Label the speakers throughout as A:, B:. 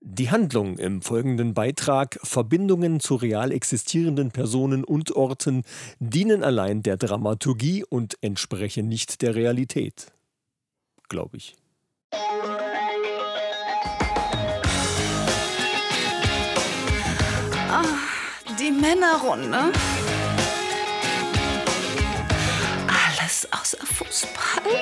A: Die Handlung im folgenden Beitrag Verbindungen zu real existierenden Personen und Orten dienen allein der Dramaturgie und entsprechen nicht der Realität. Glaube ich.
B: Die Männerrunde. Alles außer Fußball.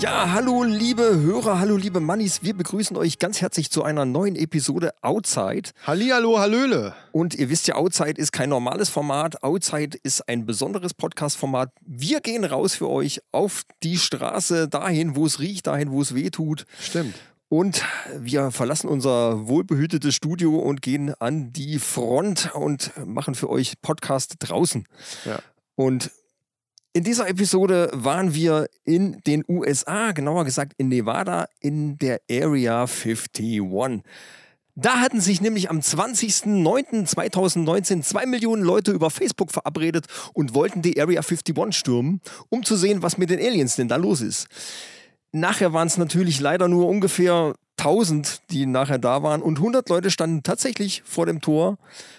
C: Ja, hallo liebe Hörer, hallo liebe Mannis, wir begrüßen euch ganz herzlich zu einer neuen Episode Outside.
D: Hallihallo, Hallöle.
C: Und ihr wisst ja, Outside ist kein normales Format. Outside ist ein besonderes Podcast-Format. Wir gehen raus für euch auf die Straße, dahin, wo es riecht, dahin, wo es weh tut.
D: Stimmt.
C: Und wir verlassen unser wohlbehütetes Studio und gehen an die Front und machen für euch Podcast draußen.
D: Ja.
C: Und in dieser Episode waren wir in den USA, genauer gesagt in Nevada, in der Area 51. Da hatten sich nämlich am 20.09.2019 zwei Millionen Leute über Facebook verabredet und wollten die Area 51 stürmen, um zu sehen, was mit den Aliens denn da los ist. Nachher waren es natürlich leider nur ungefähr 1000, die nachher da waren und 100 Leute standen tatsächlich vor dem Tor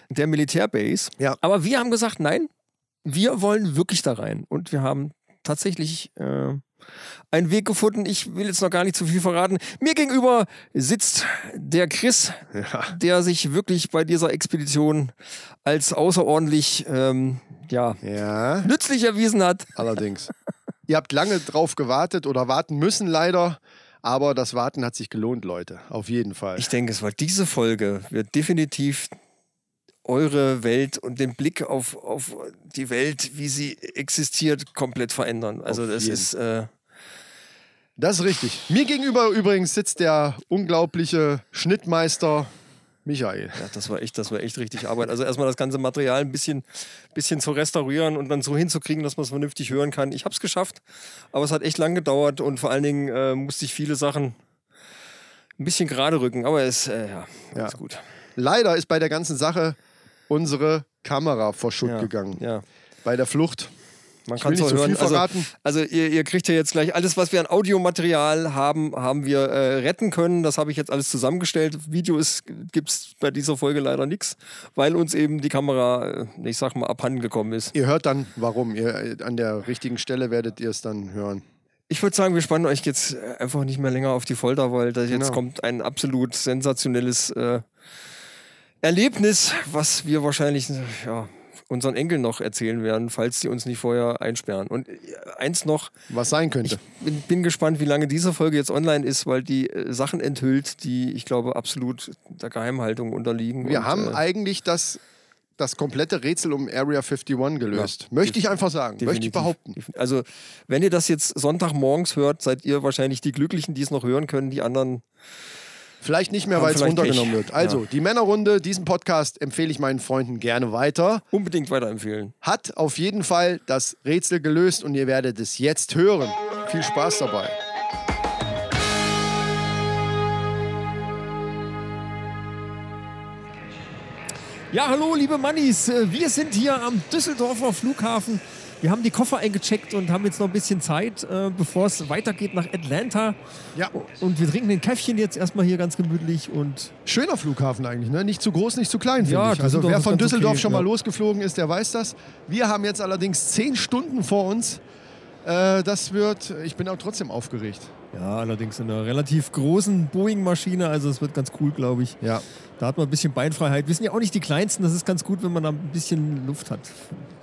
C: der Militärbase.
D: Ja.
C: Aber wir haben gesagt, nein, wir wollen wirklich da rein und wir haben tatsächlich äh, einen Weg gefunden. Ich will jetzt noch gar nicht zu viel verraten. Mir gegenüber sitzt der Chris,
D: Ja.
C: der sich wirklich bei dieser Expedition als außerordentlich ähm, ja,
D: Ja,
C: nützlich erwiesen hat.
D: allerdings. Ihr habt lange drauf gewartet oder warten müssen leider, aber das Warten hat sich gelohnt, Leute. Auf jeden Fall.
C: Ich denke, es war diese Folge, wird definitiv eure Welt und den Blick auf, auf die Welt, wie sie existiert, komplett verändern. Also
D: Auf
C: das
D: jeden.
C: ist äh,
D: Das ist richtig. Mir gegenüber übrigens sitzt der unglaubliche Schnittmeister Michael.
C: Ja, das war echt, das war echt richtig Arbeit. Also erstmal das ganze Material ein bisschen, bisschen zu restaurieren und dann so hinzukriegen, dass man es vernünftig hören kann. Ich habe es geschafft, aber es hat echt lang gedauert und vor allen Dingen äh, musste ich viele Sachen ein bisschen gerade rücken. Aber es äh, ja,
D: Ja.
C: ist gut.
D: Leider ist bei der ganzen Sache unsere Kamera vor Schutt
C: Ja,
D: gegangen.
C: Ja,
D: Bei der Flucht.
C: man
D: Ich
C: kann
D: will
C: es
D: nicht
C: auch
D: zu
C: hören.
D: viel
C: also
D: verraten.
C: also ihr, ihr kriegt ja jetzt gleich alles, was wir an Audiomaterial haben, haben wir äh, retten können. Das habe ich jetzt alles zusammengestellt. Video gibt es bei dieser Folge leider nichts, weil uns eben die Kamera, äh, ich sag mal, abhanden gekommen ist.
D: Ihr hört dann, warum. Ihr, äh, an der richtigen Stelle werdet ihr es dann hören.
C: Ich würde sagen, wir spannen euch jetzt äh, einfach nicht mehr länger auf die Folter, weil da jetzt
D: Genau.
C: kommt ein absolut sensationelles äh, Erlebnis, was wir wahrscheinlich äh, ja, unseren Enkeln noch erzählen werden, falls die uns nicht vorher einsperren. Und äh, eins noch,
D: Was sein könnte.
C: ich bin, bin gespannt, wie lange diese Folge jetzt online ist, weil die äh, Sachen enthüllt, die ich glaube absolut der Geheimhaltung unterliegen.
D: Wir
C: Und,
D: haben
C: äh,
D: eigentlich das, das komplette Rätsel um Area 51 gelöst. Möchte ich einfach sagen. Möchte
C: Definitiv.
D: ich behaupten.
C: Defin- Also, wenn ihr das jetzt Sonntagmorgens hört, seid ihr wahrscheinlich die Glücklichen, die es noch hören können. Die anderen
D: Vielleicht nicht mehr,
C: Haben
D: weil es
C: vielleicht
D: runtergenommen
C: Pech.
D: wird. Also, die Männerrunde, diesen Podcast empfehle ich meinen Freunden gerne weiter.
C: unbedingt weiterempfehlen.
D: Hat auf jeden Fall das Rätsel gelöst und ihr werdet es jetzt hören. Viel Spaß dabei.
A: Ja, hallo, liebe Mannis. Äh, Wir sind hier am Düsseldorfer Flughafen. Wir haben die Koffer eingecheckt und haben jetzt noch ein bisschen Zeit, äh, bevor es weitergeht nach Atlanta.
D: Ja.
A: Und wir trinken den Käffchen jetzt erstmal hier ganz gemütlich und
D: Schöner Flughafen eigentlich, ne? Nicht zu groß, nicht zu klein, finde
A: Ja,
D: ich. Also
A: Düsseldorf
D: wer
A: ist
D: von
A: ganz
D: Düsseldorf
A: okay,
D: schon mal
A: ja.
D: losgeflogen ist, der weiß das. Wir haben jetzt allerdings zehn Stunden vor uns. Äh, das wird, ich bin auch trotzdem aufgeregt.
A: ja, allerdings in einer relativ großen Boeing-Maschine. Also es wird ganz cool, glaube ich.
D: Ja.
A: Da hat man ein bisschen Beinfreiheit. Wir sind ja auch nicht die Kleinsten. Das ist ganz gut, wenn man da ein bisschen Luft hat.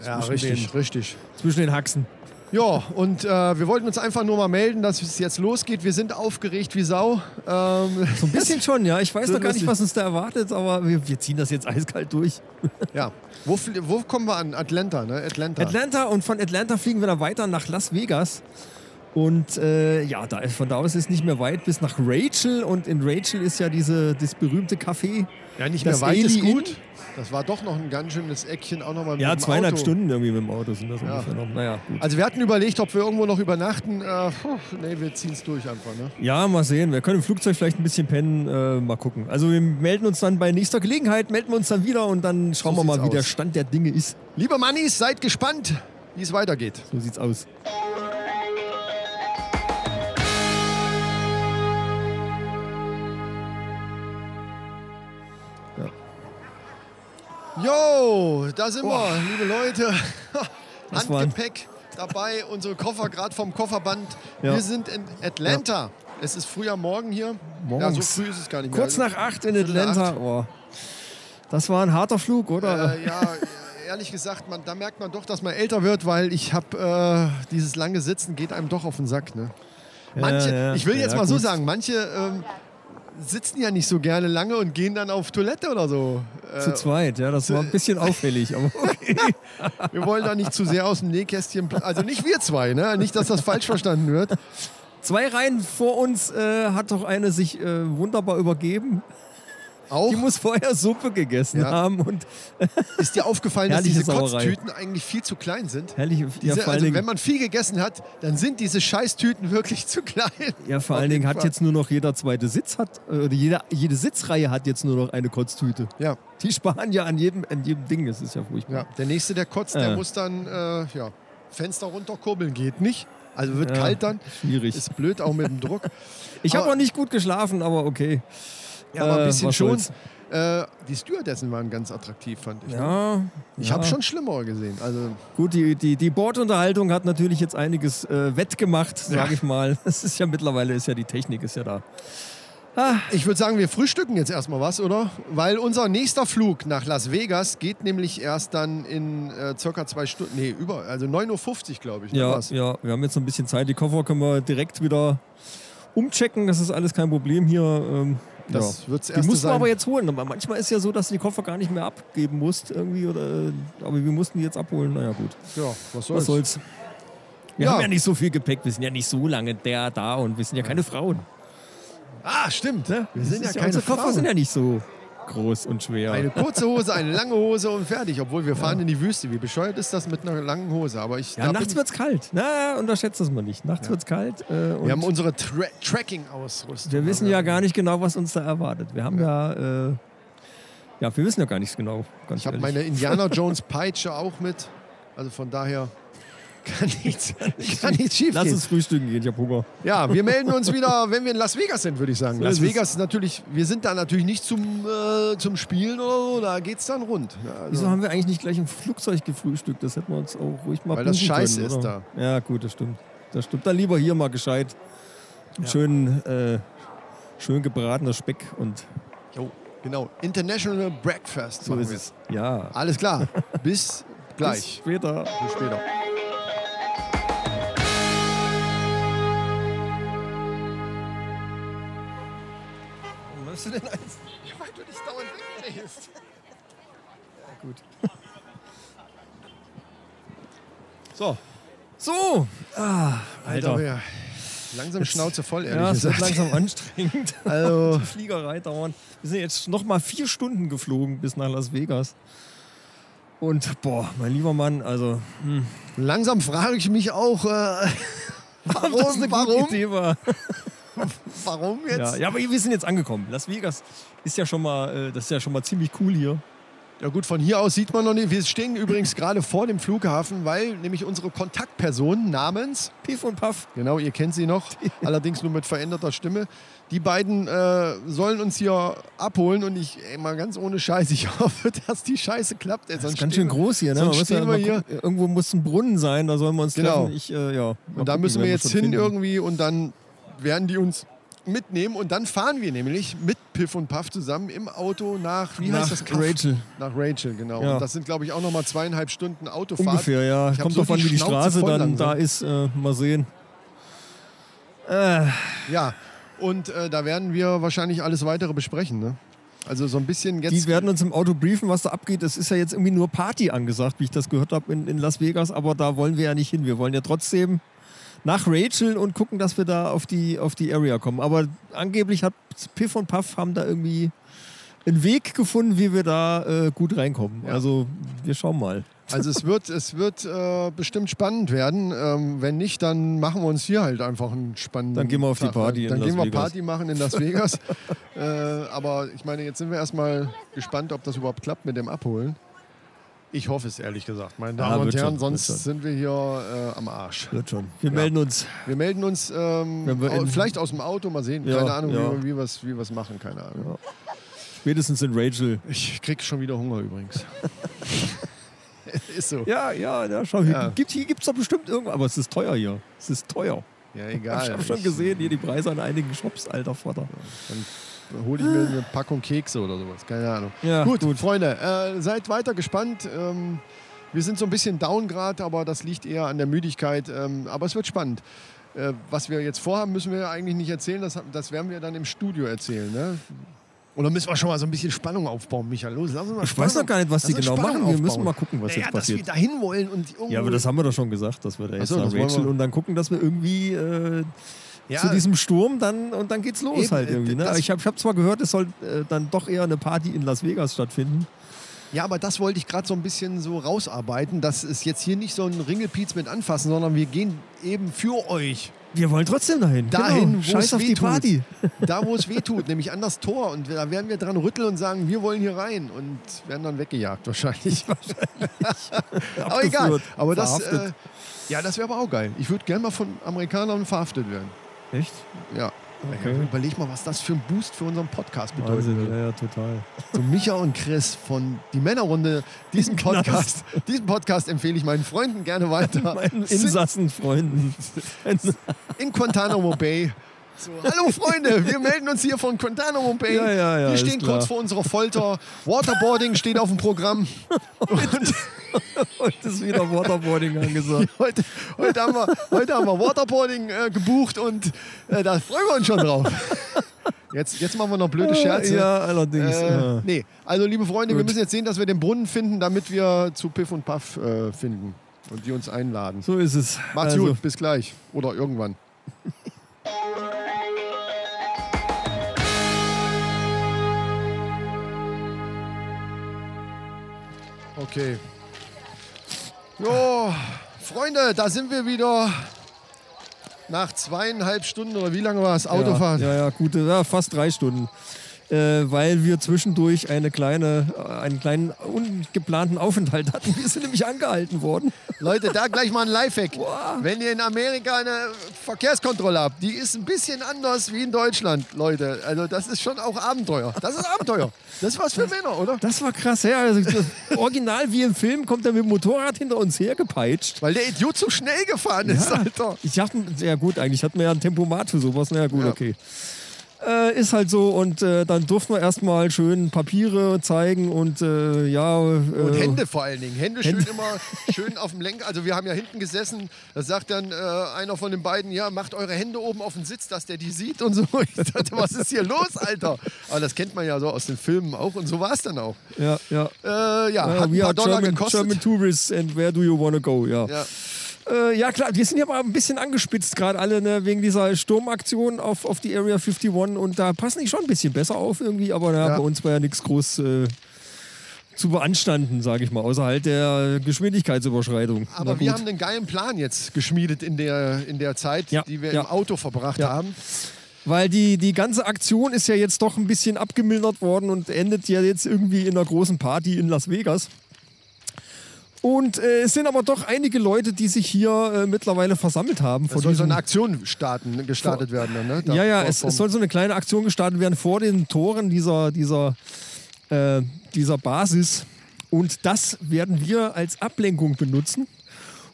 D: Ja,
A: Zwischen
D: richtig, richtig.
A: Den, zwischen den Haxen.
D: Ja, und äh, wir wollten uns einfach nur mal melden, dass es jetzt losgeht. Wir sind aufgeregt wie Sau. Ähm,
A: So ein bisschen schon, ja. Ich weiß
D: So
A: noch gar nicht,
D: lustig.
A: was uns da erwartet, aber wir, wir ziehen das jetzt eiskalt durch.
D: ja, wo, fl- wo kommen wir an? Atlanta, ne? Atlanta.
A: Atlanta und von Atlanta fliegen wir dann weiter nach Las Vegas. Und äh, ja, da, von da aus ist nicht mehr weit bis nach Rachel. Und in Rachel ist ja diese, das berühmte Café.
D: ja, nicht
A: das
D: mehr weit ist
A: Alien.
D: gut. Das war doch noch ein ganz schönes Eckchen, auch nochmal mit
A: Ja,
D: dem
A: zweieinhalb
D: Auto.
A: Stunden irgendwie mit dem Auto sind das
D: Ja.
A: ungefähr noch. Naja, gut.
D: Also wir hatten überlegt, ob wir irgendwo noch übernachten. Äh, puh, nee, wir ziehen es durch einfach, ne?
A: Ja, mal sehen. Wir können im Flugzeug vielleicht ein bisschen pennen. Äh, mal gucken. Also wir melden uns dann bei nächster Gelegenheit, melden wir uns dann wieder und dann schauen
D: So
A: wir mal, wie
D: sieht's
A: der
D: aus.
A: Stand der Dinge ist.
D: Liebe Mannis, seid gespannt. wie es weitergeht.
A: So sieht's aus.
D: Jo, da sind wir, liebe Leute.
A: Das waren-
D: Handgepäck dabei, unsere Koffer gerade vom Kofferband.
A: Ja.
D: Wir sind in Atlanta. Es ist früh am Morgen hier. Ja, so
A: Morgens.
D: früh ist es gar nicht
A: Kurz
D: mehr. Äh,
A: nach acht in
D: Viertel nach
A: Atlanta.
D: acht.
A: Oh. Das war ein harter Flug, oder?
D: Äh, ja, ehrlich gesagt, man, da merkt man doch, dass man älter wird, weil ich habe äh, dieses lange Sitzen geht einem doch auf den Sack. Ne? Manche,
A: ja.
D: ich will jetzt
A: Ja,
D: mal so
A: gut.
D: sagen, manche ähm, sitzen ja nicht so gerne lange und gehen dann auf Toilette oder so.
A: Zu
D: Äh,
A: zweit, ja, das war ein bisschen auffällig. Aber
D: wir wollen da nicht zu sehr aus dem Nähkästchen, pla- also nicht wir zwei, ne? nicht, dass das falsch verstanden wird.
A: zwei Reihen vor uns äh, hat doch eine sich äh, wunderbar übergeben.
D: Auch
A: Die muss vorher Suppe gegessen
D: Oh. Ja.
A: haben und
D: ist dir aufgefallen, dass
A: Herrliche
D: diese
A: Sauerei.
D: Kotztüten eigentlich viel zu klein sind.
A: herrlich. ja,
D: Diese,
A: vor allen
D: also,
A: Dingen,
D: wenn man viel gegessen hat, dann sind diese Scheißtüten wirklich zu klein.
A: ja, vor
D: Auf
A: allen
D: jeden
A: Dingen hat
D: Fall.
A: jetzt nur noch jeder zweite Sitz hat, äh, oder jeder, jede Sitzreihe hat jetzt nur noch eine Kotztüte.
D: Ja,
A: Die sparen ja an jedem, an jedem Ding, das ist ja furchtbar.
D: ja. Der nächste, der kotzt,
A: Ja.
D: der muss dann äh, ja, Fenster runterkurbeln, geht nicht. Also wird kalt dann.
A: Schwierig.
D: Ist blöd, auch mit dem Druck.
A: Ich habe
D: Aber-
A: noch nicht gut geschlafen, aber okay.
D: Ja, aber ein
A: Äh,
D: bisschen
A: was
D: schon.
A: soll's.
D: Äh, die Stewardessen waren ganz attraktiv, fand ich. ne?
A: Ja.
D: Ich
A: ja.
D: habe schon schlimmere gesehen. Also
A: Gut, die, die, die Bordunterhaltung hat natürlich jetzt einiges äh, wettgemacht, sage
D: Ja.
A: ich mal. Das ist ja mittlerweile, ist ja die Technik, ist ja da.
D: Ich würde sagen, wir frühstücken jetzt erstmal was, oder? Weil unser nächster Flug nach Las Vegas geht nämlich erst dann in äh, circa zwei Stunden, nee, über, also 9.50 Uhr, glaube ich. ne?
A: Ja,
D: Was?
A: ja, wir haben jetzt noch ein bisschen Zeit. Die Koffer können wir direkt wieder umchecken. Das ist alles kein Problem hier. Ähm,
D: Das
A: ja.
D: wird's
A: Die
D: erste
A: mussten
D: sein.
A: wir aber jetzt holen. Aber manchmal ist ja so, dass du die Koffer gar nicht mehr abgeben musst. Irgendwie, oder, äh, aber wir mussten die jetzt abholen. Naja, gut.
D: ja, was soll's.
A: Was soll's. Wir
D: Ja.
A: haben ja nicht so viel Gepäck. Wir sind ja nicht so lange der da und wir sind ja keine Frauen.
D: Ah, stimmt. Ne? Wir sind ja
A: Das ist
D: keine
A: unsere Koffer
D: Frauen.
A: sind ja nicht so groß und schwer.
D: eine kurze Hose, eine lange Hose und fertig. Obwohl wir fahren in die Wüste. Wie bescheuert ist das mit einer langen Hose? Aber ich,
A: Ja,
D: da
A: nachts
D: bin
A: wird's kalt. Na, unterschätzt das mal nicht. Nachts wird's kalt. Äh,
D: ich, wir haben
A: und
D: unsere Tra Tracking-Ausrüstung. Also,
A: wir wissen ja gar nicht genau, was uns da erwartet. Wir haben ja, äh, ja, wir wissen ja gar nichts genau. Ganz
D: Ich habe
A: ehrlich.
D: meine Indiana Jones Peitsche auch mit. Also von daher kann nichts, kann nichts schief
A: Lass
D: gehen.
A: uns frühstücken gehen. Ich hab
D: Also
A: Hunger.
D: Ja, wir melden uns wieder, wenn wir in Las Vegas sind, würde ich sagen.
A: So ist
D: Las
A: es.
D: Vegas ist natürlich, wir sind da natürlich nicht zum, äh, zum Spielen oder so, da geht's dann rund. Ja,
A: Wieso
D: Also,
A: haben wir eigentlich nicht gleich im Flugzeug gefrühstückt? Das hätten wir uns auch ruhig mal
D: Weil das
A: buchen
D: scheiße
A: können,
D: ist
A: oder? Ja, gut, das stimmt. Das stimmt. Dann lieber hier mal gescheit. Schön, äh, schön gebratener Speck und
D: jo, genau, International Breakfast
A: so
D: machen
A: ist
D: wir.
A: es. Ja.
D: Alles klar, bis
A: Bis
D: gleich.
A: später.
D: Bis später.
A: Was denn eins?
D: Weil du dich dauernd wegdrehst.
A: Gut. So. So. Ah,
D: Alter,
A: Alter.
D: ja. langsam Schnauze voll, ehrlich
A: Ja, es wird
D: gesagt.
A: langsam anstrengend.
D: Also-
A: Die Fliegerei dauern. Wir sind jetzt noch mal vier Stunden geflogen bis nach Las Vegas. Und boah, mein lieber Mann, also
D: Langsam frage ich mich auch, äh, warum,
A: das ist eine
D: warum,
A: gute Idee war.
D: warum jetzt?
A: Ja, ja, aber wir sind jetzt angekommen. Las Vegas ist ja schon mal, äh, das ist ja schon mal ziemlich cool hier.
D: Ja gut, von hier aus sieht man noch nicht. Wir stehen übrigens gerade vor dem Flughafen, weil nämlich unsere Kontaktperson namens,
A: Piff und Puff.
D: genau, ihr kennt sie noch, allerdings nur mit veränderter Stimme, die beiden äh, sollen uns hier abholen und ich, ey, mal ganz ohne Scheiß, ich hoffe, dass die Scheiße klappt. Ey,
A: Das
D: sonst
A: ist ganz
D: stehen
A: schön groß hier, ne?
D: sonst
A: Man muss ja
D: stehen wir
A: mal gucken, Irgendwo muss ein Brunnen sein, da sollen wir uns
D: Genau.
A: treffen. Ich, äh, ja,
D: wir- Und da müssen wir jetzt hin irgendwie und dann werden die uns mitnehmen und dann fahren wir nämlich mit Piff und Puff zusammen im Auto nach, wie heißt das? Kaff?
A: Rachel.
D: Nach Rachel, genau.
A: Ja.
D: Und das sind, glaube ich, auch nochmal zweieinhalb Stunden Autofahrt.
A: Ungefähr, ja.
D: Ich hab
A: Kommt
D: so
A: drauf an,
D: die
A: wie die
D: Schnauze
A: Straße
D: voll
A: dann
D: langsam.
A: da ist. Äh, mal sehen.
D: Ja, und äh, da werden wir wahrscheinlich alles weitere besprechen. Ne? Also so ein bisschen
A: Die
D: jetzt.
A: werden uns im Auto briefen, was da abgeht. Es ist ja jetzt irgendwie nur Party angesagt, wie ich das gehört habe in, in Las Vegas, aber da wollen wir ja nicht hin. Wir wollen ja trotzdem nach Rachel und gucken, dass wir da auf die, auf die Area kommen. Aber angeblich hat Piff und Puff haben da irgendwie einen Weg gefunden, wie wir da äh, gut reinkommen. Also wir schauen mal.
D: Also es wird, es wird äh, bestimmt spannend werden. Ähm, wenn nicht, dann machen wir uns hier halt einfach einen spannenden.
A: Dann gehen wir auf die
D: Tag. ne?
A: Party in
D: Dann
A: Las
D: gehen wir
A: Vegas.
D: Party machen in Las Vegas. äh, aber ich meine, jetzt sind wir erstmal gespannt, ob das überhaupt klappt mit dem Abholen. Ich hoffe es ehrlich gesagt, meine
A: Ja,
D: Damen und
A: wird schon,
D: Herren,
A: wird schon.
D: sonst sind wir hier äh, am Arsch.
A: Wird schon. Wir melden uns.
D: Wir melden uns ähm,
A: Wenn wir
D: au-
A: in-
D: vielleicht aus dem Auto, mal sehen.
A: Ja,
D: keine Ahnung,
A: ja.
D: wie, wie wir es wie wir's machen, keine Ahnung.
A: Spätestens in Rachel.
D: Ich krieg schon wieder Hunger übrigens. Ist so. Ja,
A: Ja, ja, ja, schau hier. Gibt, hier gibt es doch bestimmt irgendwas, aber es ist teuer hier. Es ist teuer.
D: egal.
A: ich habe schon
D: Ich-
A: gesehen, hier die Preise an einigen Shops, alter Vater.
D: Dann hole ich mir eine Packung Kekse oder sowas, keine Ahnung.
A: Ja,
D: gut, Freunde, äh, seid weiter gespannt. Ähm, wir sind so ein bisschen down gerade, aber das liegt eher an der Müdigkeit. Ähm, aber es wird spannend. Äh, was wir jetzt vorhaben, müssen wir ja eigentlich nicht erzählen. Das, das werden wir dann im Studio erzählen. Ne? Oder müssen wir schon mal so ein bisschen Spannung aufbauen, Michael? Los, lass uns mal
A: Ich weiß noch
D: Spannung-
A: gar nicht, was
D: lass
A: die
D: uns
A: genau
D: Spannung
A: machen. Wir müssen
D: aufbauen.
A: mal gucken, was
D: naja,
A: jetzt
D: dass
A: passiert.
D: wir dahin wollen und irgendwo
A: Ja, aber das haben wir doch schon gesagt, dass wir da jetzt
D: so,
A: nach
D: das wollen
A: Rachel
D: wir-
A: und dann gucken, dass wir irgendwie äh,
D: Ja,
A: zu diesem Sturm dann und dann geht's los
D: Eben,
A: halt
D: äh,
A: irgendwie. Ne?
D: das-
A: Ich habe ich hab zwar gehört, es soll äh, dann doch eher eine Party in Las Vegas stattfinden.
D: Ja, aber das wollte ich gerade so ein bisschen so rausarbeiten, dass es jetzt hier nicht so ein Ringelpiez mit anfassen, sondern wir gehen eben für euch
A: Wir wollen trotzdem dahin.
D: dahin,
A: genau.
D: wo
A: Scheiß
D: es
A: auf die
D: wehtut.
A: Party.
D: Da, wo es wehtut, nämlich an das Tor. Und da werden wir dran rütteln und sagen, wir wollen hier rein und werden dann weggejagt wahrscheinlich. aber egal.
A: Abgeführt,
D: Aber das, äh,
A: verhaftet.
D: ja, das wäre aber auch geil. Ich würde gerne mal von Amerikanern verhaftet werden.
A: Echt?
D: Ja.
A: Okay.
D: Überleg mal, was das für ein Boost für unseren Podcast bedeutet.
A: Wahnsinn, ja, ja, total.
D: So Micha und Chris von Die Männerrunde. Diesen Podcast, diesen Podcast empfehle ich meinen Freunden gerne weiter.
A: Meinen
D: Sind
A: Insassenfreunden.
D: in Guantanamo Bay. So, Hallo Freunde, wir melden uns hier von Guantanamo Bay.
A: Ja, ja, ja,
D: wir
A: ist
D: stehen
A: klar.
D: kurz vor unserer Folter. Waterboarding steht auf dem Programm.
A: Heute ist wieder Waterboarding angesagt.
D: Heute, heute, haben, wir, heute haben wir Waterboarding äh, gebucht und äh, da freuen wir uns schon drauf. Jetzt, jetzt machen wir noch blöde Scherze.
A: Äh, Ja, allerdings.
D: Äh,
A: ja.
D: nee, also liebe Freunde, wir
A: Gut.
D: müssen jetzt sehen, dass wir den Brunnen finden, damit wir zu Piff und Puff äh, finden und die uns einladen.
A: So ist es.
D: Macht's
A: Also,
D: gut, bis gleich oder irgendwann. Okay. Jo, Freunde, da sind wir wieder. Nach zweieinhalb Stunden oder wie lange war es? Autofahren.
A: Ja, ja, ja, gute, ja, fast drei Stunden. Äh, weil wir zwischendurch eine kleine, äh, einen kleinen ungeplanten Aufenthalt hatten. Wir sind nämlich angehalten worden.
D: Leute, da gleich mal ein Lifehack. Wenn ihr in Amerika eine Verkehrskontrolle habt, die ist ein bisschen anders wie in Deutschland, Leute. Also das ist schon auch Abenteuer. Das ist Abenteuer. Das ist was für Männer, oder?
A: Das war krass, ja. Also, das- original wie im Film kommt er mit dem Motorrad hinter uns hergepeitscht.
D: Weil der Idiot zu schnell gefahren ist, halt Alter.
A: Ich dachte, ja gut, eigentlich hatten wir ja ein Tempomat für sowas. Na ja, gut,
D: Ja.
A: okay. Äh, ist halt so und äh, dann durften wir erstmal schön Papiere zeigen und äh, ja. Äh,
D: Und Hände vor allen Dingen. Hände schön
A: Hände.
D: immer schön auf dem Lenker. Also wir haben ja hinten gesessen. Da sagt dann äh, einer von den beiden, ja, macht eure Hände oben auf den Sitz, dass der die sieht und so. Ich dachte, was ist hier los, Alter? Aber das kennt man ja so aus den Filmen auch und so war es dann auch.
A: Ja, ja.
D: Äh, ja, hat ein
A: we
D: paar
A: are
D: Dollar
A: German,
D: gekostet.
A: German tourists and where do you wanna go? Ja.
D: Ja.
A: Äh, ja klar, die sind ja mal ein bisschen angespitzt gerade alle ne, wegen dieser Sturmaktion auf, auf die Area 51 und da passen die schon ein bisschen besser auf irgendwie, aber na,
D: Ja.
A: bei uns war ja nichts groß äh, zu beanstanden, sage ich mal, außer halt der Geschwindigkeitsüberschreitung.
D: Aber
A: Na
D: wir
A: gut.
D: haben einen geilen Plan jetzt geschmiedet in der, in der Zeit,
A: Ja,
D: die wir
A: ja.
D: im Auto verbracht haben.
A: Weil die, die ganze Aktion ist ja jetzt doch ein bisschen abgemildert worden und endet ja jetzt irgendwie in einer großen Party in Las Vegas. Und äh, es sind aber doch einige Leute, die sich hier äh, mittlerweile versammelt haben.
D: Es soll so eine Aktion starten, gestartet werden. Dann, ne? Da-
A: ja, ja,
D: vor-
A: es,
D: vom-
A: es soll so eine kleine Aktion gestartet werden vor den Toren dieser, dieser, äh, dieser Basis. Und das werden wir als Ablenkung benutzen,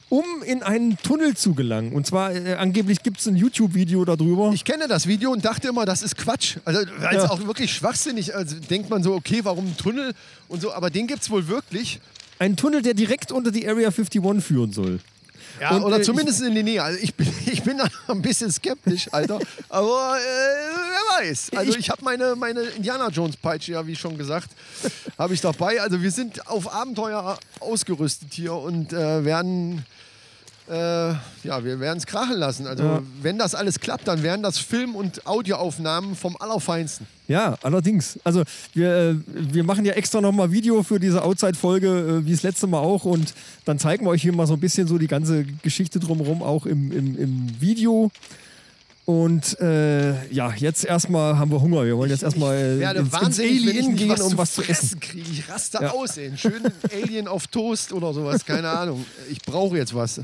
A: um in einen Tunnel zu gelangen. Und zwar äh, angeblich gibt es ein YouTube-Video darüber.
D: ich kenne das Video und dachte immer, das ist Quatsch. Also, weil es auch wirklich schwachsinnig also denkt man so, okay, warum ein Tunnel und so, aber den gibt es wohl wirklich.
A: Ein Tunnel, der direkt unter die Area 51 führen soll.
D: Ja,
A: Und,
D: oder
A: äh,
D: zumindest in die Nähe. Also ich bin, ich bin da ein bisschen skeptisch, Alter. Aber äh, wer weiß. Also ich,
A: Ich-
D: habe meine, meine Indiana Jones Peitsche, ja, wie schon gesagt, habe ich dabei. Also wir sind auf Abenteuer ausgerüstet hier und äh, werden. Äh, ja, wir werden es krachen lassen. Also, wenn das alles klappt, dann wären das Film- und Audioaufnahmen vom Allerfeinsten.
A: Ja, allerdings. Also wir, äh, wir machen ja extra nochmal Video für diese Outside-Folge, äh, wie das letzte Mal auch. Und dann zeigen wir euch hier mal so ein bisschen so die ganze Geschichte drumherum auch im, im, im Video. Und äh, ja, jetzt erstmal haben wir Hunger. Wir wollen jetzt erstmal
D: Ich
A: äh,
D: werde
A: ins, ins
D: wahnsinnig, wenn ich
A: Alien
D: nicht
A: gehen,
D: was
A: um
D: zu
A: was zu essen.
D: fressen kriege. Ich raste aus, ey. Einen schönen Alien auf Toast oder sowas, keine Ahnung. Ich brauche jetzt was.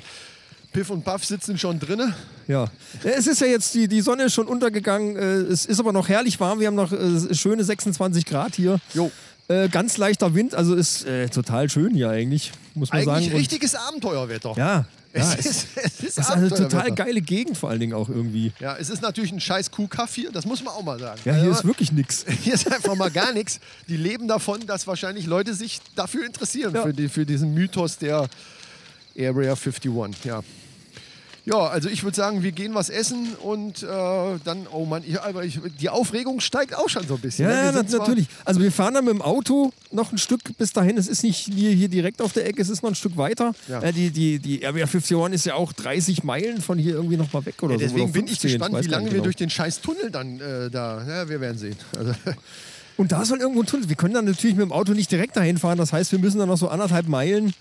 D: Piff und Puff sitzen schon drinnen.
A: Ja. Es ist ja jetzt, die, die Sonne ist schon untergegangen. äh, Es ist aber noch herrlich warm. Wir haben noch äh, schöne 26 Grad hier.
D: Jo.
A: Äh, ganz leichter Wind, also ist äh, total schön hier eigentlich, muss man
D: Eigentlich
A: sagen. Und-
D: richtiges Abenteuerwetter.
A: Ja, ja
D: es,
A: es ist,
D: ist, es ist,
A: ist eine total
D: Abenteuerwetter.
A: geile Gegend vor allen Dingen auch irgendwie.
D: Ja, es ist natürlich ein scheiß Kuhkaff hier, das muss man auch mal sagen.
A: Ja, hier
D: Also,
A: ist wirklich nichts.
D: hier ist einfach mal gar nichts. Die leben davon, dass wahrscheinlich Leute sich dafür interessieren,
A: Ja.
D: für, die, für diesen Mythos der Area 51. Ja, ja also ich würde sagen, wir gehen was essen und äh, dann, oh Mann, ich, aber ich, die Aufregung steigt auch schon so ein bisschen.
A: Ja,
D: ne? Wir
A: ja
D: sind
A: nat-
D: zwar-
A: natürlich. Also wir fahren dann mit dem Auto noch ein Stück bis dahin. Es ist nicht hier, hier direkt auf der Ecke, es ist noch ein Stück weiter.
D: Ja.
A: Äh, die, die, die Area 51 ist ja auch 30 Meilen von hier irgendwie noch mal weg oder Also so.
D: Deswegen
A: oder
D: bin ich
A: 15,
D: gespannt,
A: weiß
D: wie
A: gar
D: lange
A: nicht
D: wir
A: genau.
D: durch den scheiß Tunnel dann äh, da, ja, wir werden sehen. Also,
A: Und da soll irgendwo ein Tunnel. Wir können dann natürlich mit dem Auto nicht direkt dahin fahren. Das heißt, wir müssen dann noch so anderthalb Meilen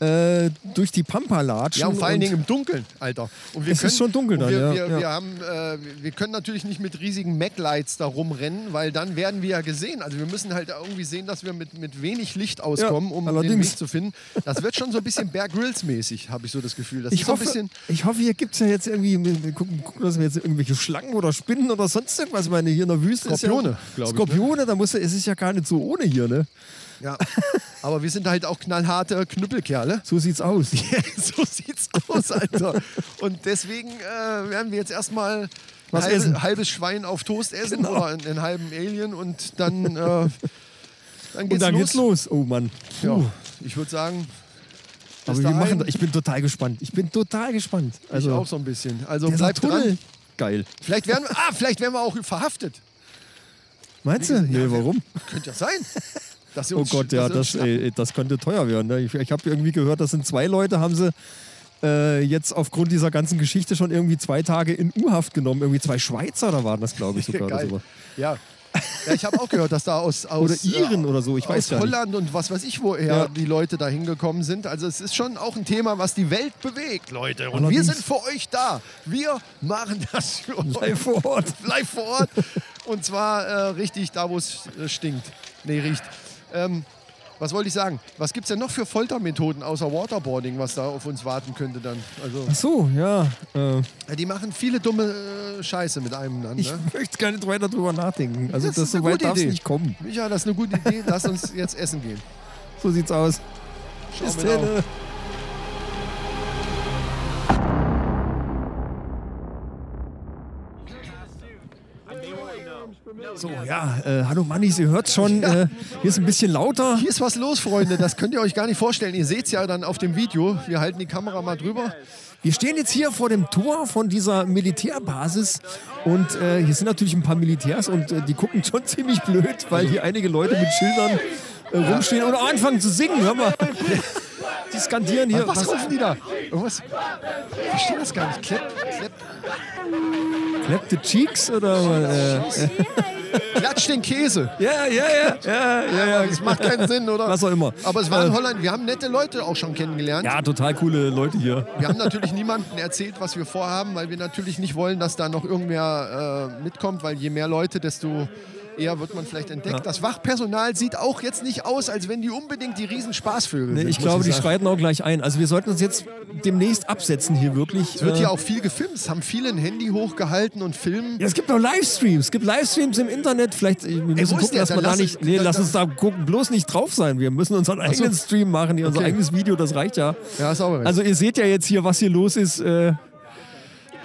A: äh, durch die Pampa latschen.
D: Ja, und vor allen Dingen im Dunkeln, Alter. Und wir
A: Es ist schon dunkel
D: und
A: dann,
D: wir,
A: ja,
D: Wir,
A: ja.
D: Wir, haben, äh, wir können natürlich nicht mit riesigen Mac-Lights da rumrennen, weil dann werden wir ja gesehen. Also wir müssen halt irgendwie sehen, dass wir mit, mit wenig Licht auskommen, um den
A: allerdings.
D: Weg zu finden. Das wird schon so ein bisschen Bear Grylls-mäßig, habe ich so das Gefühl. Das
A: ich
D: ist so ein
A: hoffe,
D: bisschen...
A: ich hoffe, hier gibt es ja jetzt irgendwie, wir wir gucken, gucken, dass wir jetzt irgendwelche Schlangen oder Spinnen oder sonst irgendwas, ich meine, hier in der Wüste
D: Skorpione,
A: ist ja,
D: glaub ich,
A: Skorpione, ne? da muss, es ist ja gar nicht so ohne hier, ne?
D: Ja. Aber wir sind halt auch knallharte Knüppelkerle.
A: So sieht's aus.
D: so sieht's aus, Alter. Und deswegen äh, werden wir jetzt erstmal ein
A: Was essen. Genau.
D: halbes Schwein auf Toast essen oder einen, einen halben Alien und dann, äh, dann geht's
A: Und dann
D: los.
A: geht's los. Oh Mann.
D: Ja,
A: Puh.
D: ich würde sagen,
A: Aber wir
D: dahin.
A: machen, da- ich bin total gespannt. Ich bin total gespannt. Also,
D: ich auch so ein bisschen. Also
A: dieser
D: bleibt dran.
A: Geil.
D: Vielleicht werden, wir, ah, vielleicht werden wir auch verhaftet.
A: Meinst du? Nee, warum?
D: Könnte ja sein. Dass sie
A: Oh
D: uns-
A: Gott, ja,
D: dass sie uns
A: das, ey, das könnte teuer werden. Ne? Ich, ich habe irgendwie gehört, das sind zwei Leute, haben sie äh, jetzt aufgrund dieser ganzen Geschichte schon irgendwie zwei Tage in U-Haft genommen. Irgendwie zwei Schweizer, da waren das, glaube ich, sogar. oder
D: Geil.
A: sowas.
D: Ja. ja, ich habe auch gehört, dass da aus, aus
A: Oder Iren oder so, ich
D: aus
A: weiß gar nicht.
D: Holland und was weiß ich woher
A: Ja.
D: die Leute da hingekommen sind. Also es ist schon auch ein Thema, was die Welt bewegt, Leute. Und
A: Allerdings.
D: wir sind für euch da. Wir machen das für euch.
A: Live vor Ort.
D: Live vor Ort. Und zwar äh, richtig da, wo es äh, stinkt. Nee, riecht. Ähm, was wollte ich sagen? Was gibt es denn noch für Foltermethoden außer Waterboarding, was da auf uns warten könnte dann? Also,
A: Ach so, ja. Äh,
D: ja, die machen viele dumme äh, Scheiße mit einem dann.
A: ich
D: Ne?
A: möchte gar nicht weiter drüber nachdenken. Also,
D: Das
A: das
D: ist
A: so
D: eine
A: weit
D: gute
A: darf es
D: Idee.
A: nicht kommen.
D: Micha, das ist eine gute Idee. Lass uns jetzt essen gehen.
A: So sieht's aus.
D: Schau
A: Bis
D: mir da auf.
A: dann. So, ja, äh, hallo Manni, Sie hört schon, äh, hier ist ein bisschen lauter.
D: Hier ist was los, Freunde. Das könnt ihr euch gar nicht vorstellen. Ihr seht es ja dann auf dem Video. Wir halten die Kamera mal drüber.
A: Wir stehen jetzt hier vor dem Tor von dieser Militärbasis und äh, hier sind natürlich ein paar Militärs und äh, die gucken schon ziemlich blöd, weil hier einige Leute mit Schildern äh, rumstehen und auch anfangen zu singen. Hör mal. Die skandieren hier.
D: Was rufen die da? Irgendwas? Ich verstehe das gar nicht. Klepp, klepp.
A: Clap the Cheeks oder? Äh,
D: Klatsch den Käse.
A: ja, ja, ja, ja, ja, ja.
D: Das macht keinen Sinn, oder?
A: Was auch immer. Äh.
D: Aber es war in Holland. Wir haben nette Leute auch schon kennengelernt.
A: Ja, total coole Leute hier.
D: Wir haben natürlich niemandem erzählt, was wir vorhaben, weil wir natürlich nicht wollen, dass da noch irgendwer äh, mitkommt, weil je mehr Leute, desto eher wird man vielleicht entdeckt. Das Wachpersonal sieht auch jetzt nicht aus, als wenn die unbedingt die Riesenspaßvögel
A: Nee,
D: sind.
A: ich
D: muss
A: glaube, die
D: sagen.
A: schreiten auch gleich ein. Also wir sollten uns jetzt demnächst absetzen hier wirklich.
D: Es wird
A: äh,
D: hier auch viel gefilmt. Es haben viele ein Handy hochgehalten und filmen.
A: Ja, es gibt auch Livestreams. Es gibt Livestreams im Internet. Vielleicht wir müssen
D: wo ist
A: gucken,
D: der?
A: dass
D: Dann
A: wir da
D: lass-
A: nicht. Nee,
D: dann-
A: lass uns da gucken, bloß nicht drauf sein. Wir müssen unseren eigenen Stream machen, hier, unser
D: Okay.
A: eigenes Video, das reicht ja.
D: Ja, ist auch recht.
A: Also ihr seht ja jetzt hier, was hier los ist. Äh,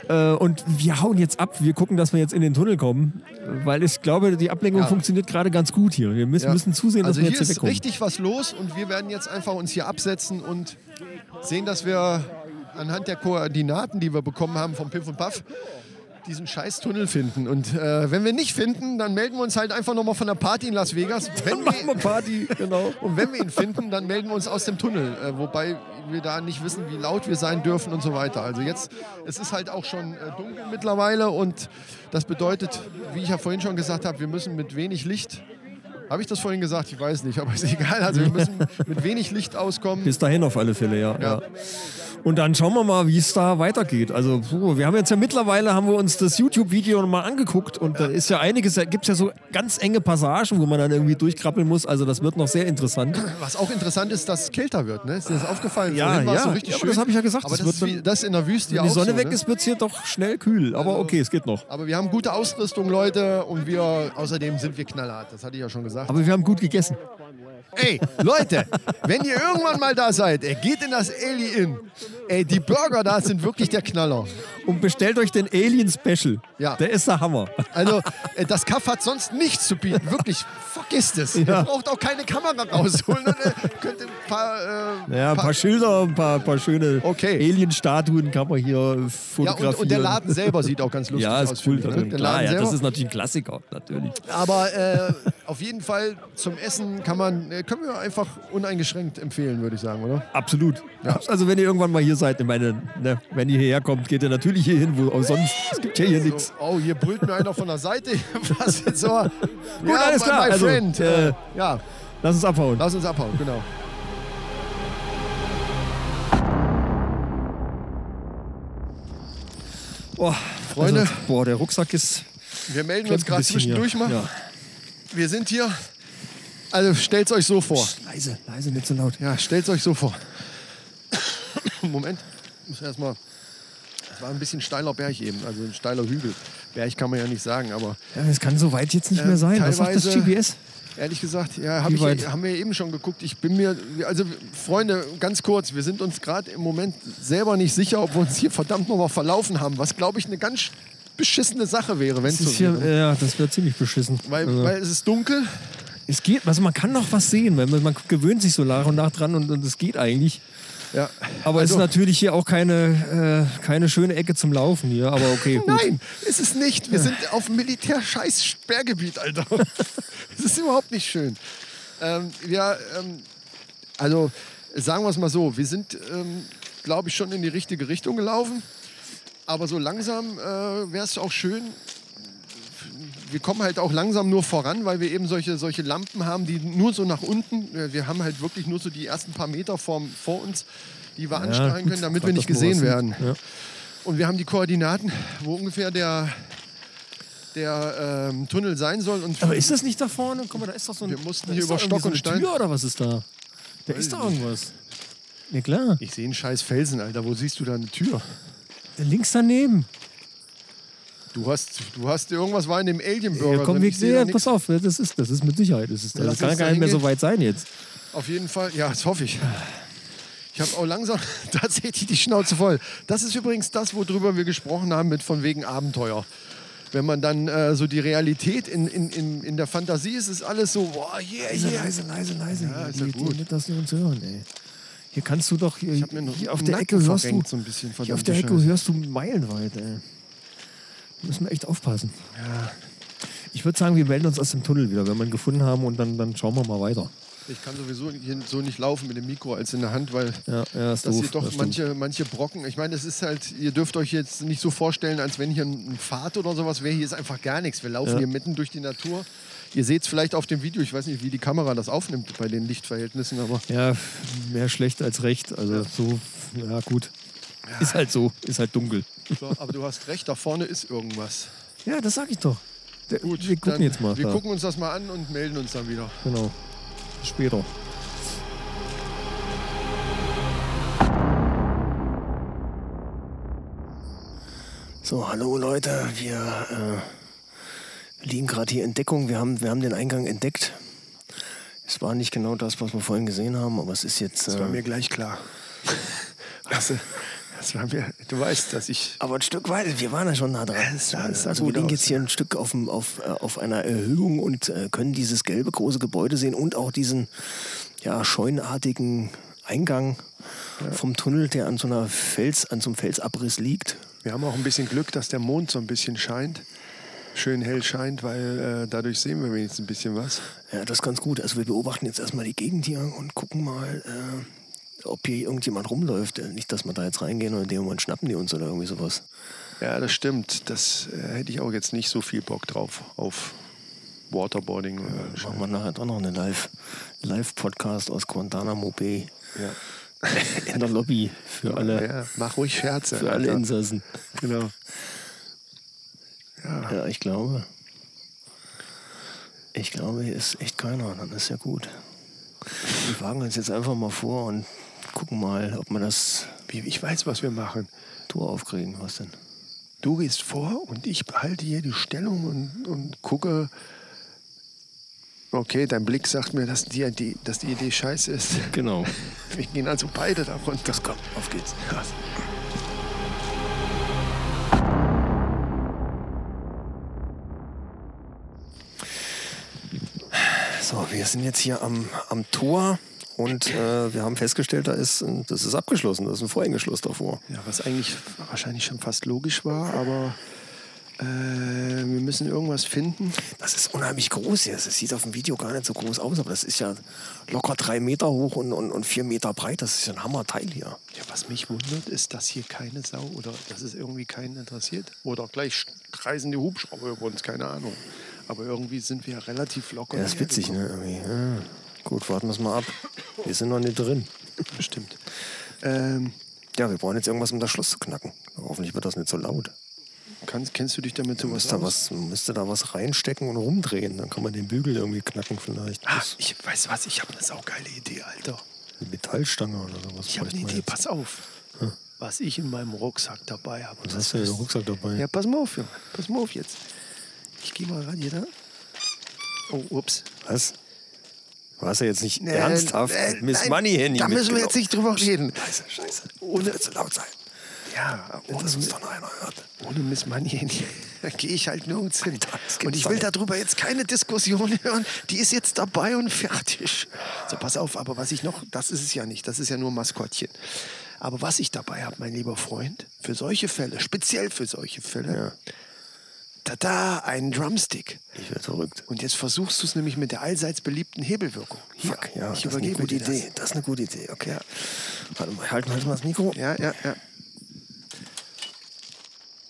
A: äh, und wir hauen jetzt ab. Wir gucken, dass wir jetzt in den Tunnel kommen. äh, Weil ich glaube, die Ablenkung
D: Ja.
A: funktioniert gerade ganz gut hier. Wir müssen,
D: Ja.
A: müssen zusehen, dass
D: also
A: wir
D: hier
A: jetzt hier
D: ist
A: wegkommen.
D: richtig was los und wir werden jetzt einfach uns hier absetzen und sehen, dass wir anhand der Koordinaten, die wir bekommen haben vom Piff und Puff, diesen scheiß Tunnel finden. Und äh, wenn wir nicht finden, dann melden wir uns halt einfach nochmal von der Party in Las Vegas. Wenn wir,
A: Machen wir Party, genau.
D: und wenn wir ihn finden, dann melden wir uns aus dem Tunnel. Äh, wobei wir da nicht wissen, wie laut wir sein dürfen und so weiter. Also jetzt, es ist halt auch schon äh, dunkel mittlerweile und das bedeutet, wie ich ja vorhin schon gesagt habe, wir müssen mit wenig Licht. Habe ich das vorhin gesagt? Ich weiß nicht, aber ist egal. Also wir müssen mit wenig Licht auskommen.
A: Bis dahin auf alle Fälle, ja. ja.
D: Ja.
A: Und dann schauen wir mal, wie es da weitergeht. Also puh, wir haben jetzt ja mittlerweile haben wir uns das YouTube-Video mal angeguckt und da ist ja einiges, da gibt es ja so ganz enge Passagen, wo man dann irgendwie durchkrabbeln muss. Also das wird noch sehr interessant.
D: Was auch interessant ist, dass es kälter wird. Ne? Ist dir das aufgefallen?
A: Ja,
D: Vorhin war es
A: ja.
D: so richtig
A: Ja, aber
D: schön.
A: das hab ich ja gesagt,
D: Aber
A: das
D: das,
A: wird
D: ist wie, das in der Wüste ja
A: Wenn die
D: auch
A: Sonne
D: so,
A: weg
D: ne? Also
A: ist, wird es hier doch schnell kühl. Aber okay, es geht noch.
D: Aber wir haben gute Ausrüstung, Leute. Und wir, außerdem sind wir knallhart. Das hatte ich ja schon gesagt.
A: Aber wir haben gut gegessen.
D: Ey, Leute, wenn ihr irgendwann mal da seid, ey, geht in das Eli Inn. Ey, die Burger da sind wirklich der Knaller.
A: Und bestellt euch den Alien Special.
D: Ja.
A: Der ist der Hammer.
D: Also, äh, das Kaff hat sonst nichts zu bieten. Wirklich, vergisst es. Ihr braucht auch keine Kamera rausholen. Und, äh, könnt ein paar, äh,
A: Ja, ein paar Schilder, ein paar, paar schöne
D: Okay.
A: Alien-Statuen kann man hier
D: ja
A: fotografieren.
D: und, und der Laden selber sieht auch ganz lustig
A: Ja,
D: aus.
A: ist
D: finde
A: cool.
D: ich,
A: Also,
D: ne? Der
A: klar,
D: Laden
A: ja, das
D: selber.
A: ist natürlich ein Klassiker, natürlich.
D: Aber äh, auf jeden Fall zum Essen kann man, äh, können wir einfach uneingeschränkt empfehlen, würde ich sagen, oder?
A: Absolut. Also wenn ihr irgendwann mal hier seid, ich meine, ne, wenn ihr hierher kommt, geht ihr natürlich hier hin, wo auch sonst. Es gibt ja hier nichts.
D: Oh, hier brüllt mir einer von der Seite. Was jetzt so? Gut, ja,
A: alles
D: my-
A: klar.
D: My
A: Also,
D: friend.
A: äh,
D: ja,
A: Lass uns abhauen.
D: lass uns abhauen, genau.
A: Boah,
D: Freunde.
A: Also, boah, der Rucksack ist.
D: Wir melden
A: klemmt
D: uns
A: ein
D: gerade
A: bisschen hier.
D: zwischendurch mal.
A: Ja.
D: Wir sind hier. Also stellt's euch so vor.
A: Leise, leise, nicht so laut.
D: Ja, stellt's euch so vor. Moment, ich muss erstmal. Es war ein bisschen steiler Berg eben, also ein steiler Hügel. Berg kann man ja nicht sagen, aber
A: Ja, das kann so weit jetzt nicht mehr sein. Was sagt das
D: Äh, Ähm, teilweise-
A: GPS?
D: Ehrlich gesagt, ja, hab
A: Wie
D: ich,
A: weit?
D: haben wir eben schon geguckt. Ich bin mir, also Freunde, ganz kurz, wir sind uns gerade im Moment selber nicht sicher, ob wir uns hier verdammt nochmal verlaufen haben, was glaube ich eine ganz beschissene Sache wäre, wenn es
A: Das
D: so
A: ist hier,
D: wäre.
A: ja, das wäre ziemlich beschissen.
D: Weil,
A: Also,
D: weil es ist dunkel.
A: es geht, also man kann noch was sehen, weil man, man gewöhnt sich so nach und nach dran und und es geht eigentlich.
D: Ja.
A: Aber es
D: Also-
A: ist natürlich hier auch keine, äh, keine schöne Ecke zum Laufen hier. Aber okay, gut.
D: Nein, ist es nicht. Wir sind auf dem Militär-Scheiß-Sperrgebiet, Alter. Es ist überhaupt nicht schön. Ähm, wir, ähm, also sagen wir es mal so, wir sind, ähm, glaube ich, schon in die richtige Richtung gelaufen. Aber so langsam äh, wäre es auch schön. Wir kommen halt auch langsam nur voran, weil wir eben solche, solche Lampen haben, die nur so nach unten. äh, Wir haben halt wirklich nur so die ersten paar Meter vor, vor uns, die wir anstrahlen
A: gut,
D: können, damit
A: hat
D: wir nicht
A: das mal was
D: gesehen werden.
A: Ja.
D: Und wir haben die Koordinaten, wo ungefähr der, der ähm, Tunnel sein soll. Und
A: Aber ist das nicht da vorne? Guck mal, da ist doch so ein.
D: Wir mussten
A: da
D: hier
A: ist doch
D: über
A: irgendwie
D: Stock und
A: so
D: Stein.
A: eine Tür oder was ist da? Da ist doch irgendwas. Ja klar.
D: ich sehe einen scheiß Felsen, Alter. Wo siehst du da eine Tür?
A: Links daneben.
D: Du hast, du hast irgendwas war in dem Alien Burger.
A: Ja, komm,
D: drin.
A: wir
D: Ich sehe da
A: sehen.
D: nichts.
A: Pass auf, das ist, das ist mit Sicherheit. Das, ist, das,
D: Lass
A: kann
D: uns
A: gar
D: da
A: nicht mehr so
D: hingehen.
A: weit sein jetzt.
D: Auf jeden Fall, ja, das hoffe ich. Ich habe auch langsam tatsächlich die Schnauze voll. Das ist übrigens das, worüber wir gesprochen haben mit von wegen Abenteuer. Wenn man dann äh, so die Realität in, in, in, in der Fantasie ist, ist alles so, boah, yeah, yeah.
A: leise, leise.
D: Ja, ist ja gut.
A: nicht, dass die uns hören, ey. Hier kannst du doch, hier,
D: hab mir noch
A: hier
D: den
A: auf der
D: Nacken
A: Ecke hörst du,
D: verrenkt so ein bisschen,
A: hier auf
D: verdammte
A: der Ecke
D: Scheiße.
A: hörst du meilenweit, ey. Da müssen wir echt aufpassen. Ich würde sagen, wir melden uns aus dem Tunnel wieder, wenn wir ihn gefunden haben und dann, dann schauen wir mal weiter.
D: Ich kann sowieso hier so nicht laufen mit dem Mikro als in der Hand, weil
A: Ja, ja, ist
D: dass
A: doof.
D: ihr doch
A: das stimmt.
D: manche, manche Brocken, ich meine, das ist halt, ihr dürft euch jetzt nicht so vorstellen, als wenn hier ein ein Pfad oder sowas wäre. Hier ist einfach gar nichts. Wir laufen hier mitten durch die Natur. Ihr seht es vielleicht auf dem Video, ich weiß nicht, wie die Kamera das aufnimmt bei den Lichtverhältnissen, aber
A: Ja, mehr schlecht als recht. Also so, ja gut. Ist halt so, ist halt dunkel.
D: So, aber du hast recht, da vorne ist irgendwas.
A: Ja, das sag ich doch. Der- wir gucken
D: dann,
A: jetzt mal.
D: Wir
A: da.
D: gucken uns das mal an und melden uns dann wieder.
A: Genau. Später.
E: So, hallo Leute, wir äh, liegen gerade hier in Deckung. Wir haben, wir haben den Eingang entdeckt. Es war nicht genau das, was wir vorhin gesehen haben, aber es ist jetzt.
D: Das war mir
E: Äh,
D: gleich klar. Weißt du, das war mir, du weißt, dass ich.
E: aber ein Stück weit, wir waren ja schon nah dran.
D: Es sah- es sah
E: also wir
D: gut
E: liegen
D: aus,
E: jetzt hier ein Stück auf, dem- auf, äh, auf einer Erhöhung und äh, können dieses gelbe große Gebäude sehen und auch diesen ja, scheunartigen Eingang vom Tunnel, der an so einer Fels, an so einem Felsabriss liegt.
D: Wir haben auch ein bisschen Glück, dass der Mond so ein bisschen scheint. Schön hell scheint, weil äh, dadurch sehen wir wenigstens ein bisschen was.
E: Ja, das ist ganz gut. Also wir beobachten jetzt erstmal die Gegend hier und gucken mal, äh, ob hier irgendjemand rumläuft. Äh, Nicht, dass wir da jetzt reingehen und in dem Moment schnappen die uns oder irgendwie sowas.
D: Ja, das stimmt. Das äh, hätte ich auch jetzt nicht so viel Bock drauf auf Waterboarding.
E: Machen wir nachher doch noch einen Live- Live-Podcast aus Guantanamo Bay.
D: Ja.
E: in der Lobby für alle,
D: Ja, mach ruhig Scherze.
E: für alle
D: Alter.
E: Insassen.
D: Genau.
E: Ja, ich glaube. Ich glaube, hier ist echt keiner. Dann ist ja gut. Wir wagen uns jetzt einfach mal vor und gucken mal, ob wir das
D: Wie- Ich weiß, was wir machen.
E: Tor aufkriegen. Was denn?
D: Du gehst vor und ich behalte hier die Stellung und, und gucke. Okay, dein Blick sagt mir, dass die, die, dass die Idee scheiße ist.
E: Genau.
D: Wir gehen also beide da runter. Das kommt,
E: Auf geht's.
D: krass.
E: So, wir sind jetzt hier am, am Tor und äh, wir haben festgestellt, da ist, ein- das ist abgeschlossen. Da ist ein Vorhängeschloss davor.
D: Ja, was eigentlich wahrscheinlich schon fast logisch war, aber äh, wir müssen irgendwas finden.
E: Das ist unheimlich groß hier. Es sieht auf dem Video gar nicht so groß aus, aber das ist ja locker drei Meter hoch und, und, und vier Meter breit. Das ist ja ein Hammerteil hier.
D: Ja, was mich wundert, ist, dass hier keine Sau oder dass es irgendwie keinen interessiert. Oder gleich sch- kreisen die Hubschrauber über uns, keine Ahnung. Aber irgendwie sind wir ja relativ locker.
E: Ja, das ist witzig,
D: hergekommen.
E: ne? Irgendwie. Ja. Gut, warten wir es mal ab. Wir sind noch nicht drin.
D: Bestimmt. Ähm,
E: Ja, wir brauchen jetzt irgendwas, um das Schloss zu knacken. Hoffentlich wird das nicht so laut.
D: kannst, kennst du dich damit sowas
E: Müsste da,
D: aus?
E: was, müsste da was reinstecken und rumdrehen. Dann kann man den Bügel irgendwie knacken vielleicht.
D: Ah,
E: Das-
D: ich weiß was, ich habe eine saugeile Idee, Alter.
E: Eine Metallstange oder sowas.
D: Ich habe eine
E: bräuchte man
D: Idee,
E: jetzt.
D: pass auf. Was ich in meinem Rucksack dabei habe.
E: Was hast du denn im Rucksack dabei?
D: Ja, pass mal auf, Junge. Pass mal auf jetzt. Ich gehe mal ran, jeder. Oh, ups.
E: Was? War es ja jetzt nicht ne, äh,
D: Nee,
E: ernsthaft?
D: nee,
E: Miss
D: nein,
E: Money Handy.
D: Da müssen wir jetzt nicht drüber reden.
E: Scheiße, scheiße.
D: Ohne-
E: Ohne zu laut sein.
D: Ja,
E: Nicht,
D: ohne,
E: dass uns doch noch einer hört.
D: ohne Miss Money gehe ich halt nirgends hin.
E: Alter, das
D: Und
E: gibt's
D: ich
E: doch
D: will
E: nicht.
D: darüber jetzt keine Diskussion hören. Die ist jetzt dabei und fertig. So, pass auf, aber was ich noch, das ist es ja nicht, das ist ja nur Maskottchen. Aber was ich dabei habe, mein lieber Freund, für solche Fälle, speziell für solche Fälle, tada, einen Drumstick.
E: Ich werde verrückt.
D: Und jetzt versuchst du es nämlich mit der allseits beliebten Hebelwirkung. Hier,
E: Fuck, ja,
D: ich
E: das ist eine
D: übergebe
E: gute
D: dir das.
E: Idee. Das. ist eine gute Idee, okay. Warte mal, halten wir jetzt mal das Mikro.
D: Ja, ja, ja.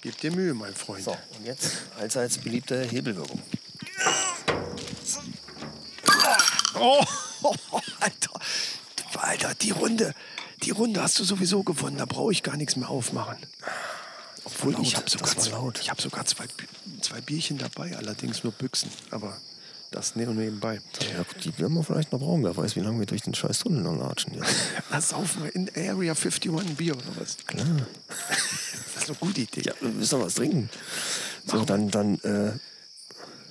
D: Gib dir Mühe, mein Freund.
E: So, und jetzt allseits beliebte Hebelwirkung.
D: Oh, Alter. Alter, die Runde. Die Runde hast du sowieso gewonnen. Da brauche ich gar nichts mehr aufmachen. Obwohl ich
E: Laut,
D: habe sogar,
E: das war
D: zwei-
E: laut.
D: ich hab sogar zwei, Bi- zwei Bierchen dabei, allerdings nur Büchsen. Aber das nur nebenbei.
E: Ja, gut, die werden wir vielleicht noch brauchen. Wer weiß, wie lange wir durch den scheiß Tunnel noch latschen. Jetzt.
D: Was saufen wir in Area 51 ein Bier oder was? Klar. Das ist eine gute Idee.
E: Ja, wir müssen noch was trinken. So, dann, dann, äh,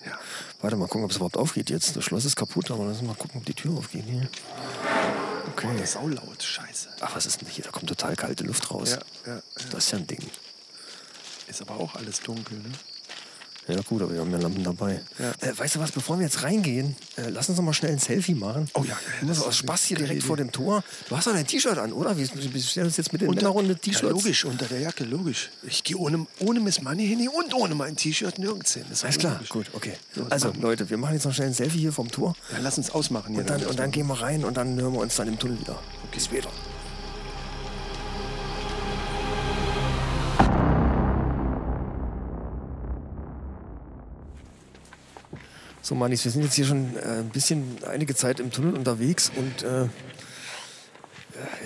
D: Ja.
E: warte mal gucken, ob es überhaupt aufgeht jetzt. Das Schloss ist kaputt, aber lass uns mal gucken, ob die Tür aufgeht hier.
D: Okay. Oh, das ist saulaut. Scheiße.
E: Ach, was ist denn hier? Da kommt total kalte Luft raus.
D: Ja, ja,
E: Das ist ja ein Ding.
D: Ist aber auch alles dunkel, ne?
E: Ja gut, aber wir haben ja Lampen dabei.
D: Ja.
E: Äh, weißt du was, bevor wir jetzt reingehen, äh, lass uns noch mal schnell ein Selfie machen.
D: Oh ja, ja,
E: Nur
D: das
E: so
D: ist eine
E: aus Spaß hier
D: geile
E: direkt
D: Idee.
E: vor dem Tor. Du hast doch dein T-Shirt an, oder? Wir, wir stellen uns jetzt mit den
D: Unter-
E: Männerrunde T-Shirts.
D: Ja, logisch, unter der Jacke, logisch. Ich gehe ohne, ohne Miss Money hin und ohne mein T-Shirt nirgends hin. Das ist
E: Alles klar,
D: logisch.
E: gut, okay.
D: So, das
E: Also
D: machen wir.
E: Leute, wir machen jetzt noch schnell ein Selfie hier vom Tor.
D: Ja, lass uns ausmachen hier.
E: Und dann,
D: damit
E: und dann gehen wir rein und dann hören wir uns dann im Tunnel wieder. Bis später. So, Manis, wir sind jetzt hier schon äh, ein bisschen einige Zeit im Tunnel unterwegs und äh, äh,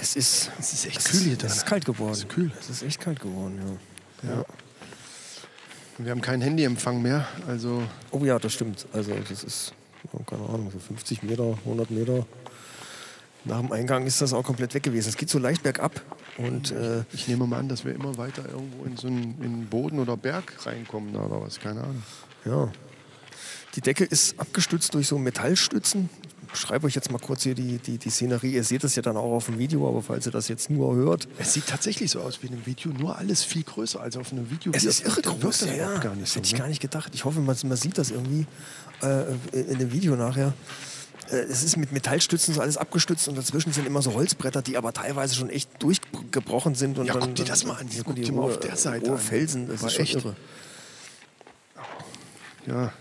E: es ist.
D: Es ist echt kühl hier drin.
E: Es ist kalt geworden.
D: Es ist kühl.
E: Es ist echt kalt geworden, ja. ja.
D: Wir haben keinen Handyempfang mehr, also
E: Oh ja, das stimmt. Also das ist, ja, keine Ahnung, so 50 Meter, 100 Meter. Nach dem Eingang ist das auch komplett weg gewesen. Es geht so leicht bergab und äh,
D: ich nehme mal an, dass wir immer weiter irgendwo in so einen in den Boden oder Berg reinkommen oder was, keine Ahnung.
E: ja, die Decke ist abgestützt durch so Metallstützen. Ich beschreibe euch jetzt mal kurz hier die, die, die Szenerie. Ihr seht das ja dann auch auf dem Video, aber falls ihr das jetzt nur hört.
D: Es sieht tatsächlich so aus wie in einem Video, nur alles viel größer als auf einem Video.
E: Es ist irre
D: wirkt das
E: groß, ja, ja.
D: überhaupt gar nicht
E: Das
D: so.
E: hätte ich
D: Ne?
E: gar nicht gedacht. Ich hoffe, man, man sieht das irgendwie äh, in dem Video nachher. Äh, Es ist mit Metallstützen so alles abgestützt und dazwischen sind immer so Holzbretter, die aber teilweise schon echt durchgebrochen sind. Und
D: Ja,
E: dann,
D: guck dir das mal an.
E: Ja,
D: Guck dir mal
E: hohe-
D: auf der Seite
E: hohe
D: an.
E: Felsen, das
D: War
E: ist schon
D: echt.
E: irre.
D: Ja,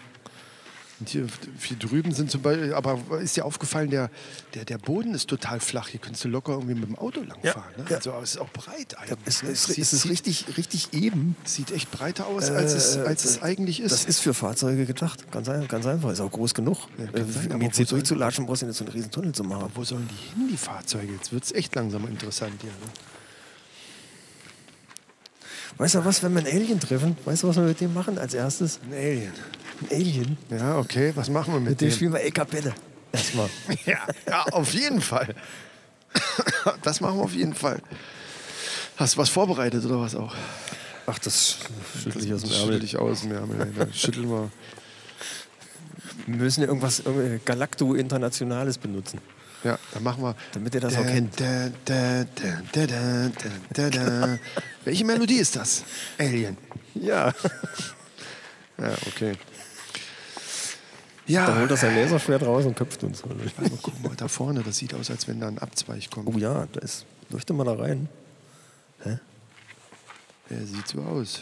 D: Und hier, hier drüben sind zum Beispiel, aber ist dir aufgefallen, der, der, der Boden ist total flach. Hier könntest du locker irgendwie mit dem Auto langfahren. Ne?
E: ja.
D: Also aber es ist auch breit eigentlich.
E: Es,
D: ne?
E: es,
D: sieht,
E: es ist
D: sieht,
E: richtig, richtig eben.
D: sieht echt breiter aus, als es,
E: Äh,
D: als es eigentlich ist.
E: Das ist für Fahrzeuge gedacht. Ganz, ein- ganz einfach. Ist auch groß genug.
D: kann sein,
E: äh, um
D: aber
E: jetzt
D: wo soll-
E: hier durchzulatschen, brauchst du nicht so einen riesen Tunnel zu machen.
D: Wo sollen die hin, die Fahrzeuge? Jetzt wird es echt langsam interessant hier. Ne?
E: Weißt du was, wenn wir einen Alien treffen, weißt du, was wir mit dem machen als erstes? Ein Alien. Ein Alien?
D: Ja, okay, was machen wir
E: Mit
D: mit
E: dem
D: dem?
E: spielen wir E-Kapelle. Erstmal.
D: Ja, ja, auf jeden Fall. Das machen wir auf jeden Fall. Hast du was vorbereitet oder was auch?
E: Ach, das schüttel ich aus dem
D: Das
E: Ärmel.
D: Schüttel ich aus dem Ärmel. ja, ja. Schütteln wir.
E: Wir müssen ja irgendwas irgendwie Galacto-Internationales benutzen.
D: Ja, dann machen wir.
E: Damit ihr das auch
D: Dä,
E: kennt.
D: dä, dä, dä, dä, dä, dä, dä, dä. Welche Melodie ist das? Alien.
E: Ja.
D: Ja, okay.
E: Da
D: Ja,
E: holt er sein Laserschwert raus und köpft uns.
D: also, guck mal, da vorne, das sieht aus, als wenn da ein Abzweig kommt.
E: Oh ja, da ist. Leuchte mal da rein.
D: Ja, sieht so aus.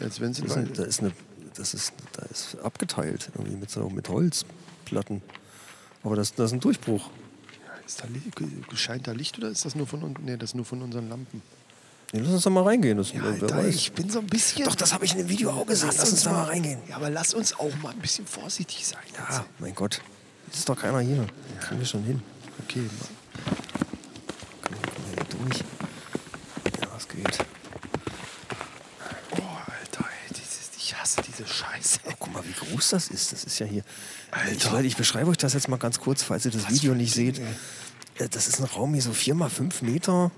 D: Als wenn sie
E: Da ist eine, da ist, eine, das ist, da ist abgeteilt. Irgendwie mit, so, mit Holzplatten. Aber das, das ist ein Durchbruch.
D: Ist da, Li- scheint da Licht oder ist das nur von unten? Nee, das ist nur von unseren Lampen.
E: Nee, lass uns doch mal reingehen. Das, wer
D: Alter,
E: weiß.
D: ich bin so ein bisschen.
E: Doch, das habe ich in dem Video auch gesehen. Lass uns da mal reingehen.
D: Ja, aber lass uns auch mal ein bisschen vorsichtig sein. Also,
E: Ah, mein Gott. Es ist doch keiner hier. Ja. Kriegen wir schon hin.
D: Okay, Mann.
E: Komm, komm hier durch. Ja, es geht.
D: Oh, Alter, ey, dieses, ich hasse diese Scheiße.
E: Oh, guck mal, wie groß das ist. Das ist ja hier.
D: Alter.
E: Ich, weil ich beschreibe euch das jetzt mal ganz kurz, falls ihr das Video nicht seht. Äh, Das ist ein Raum hier so vier mal fünf Meter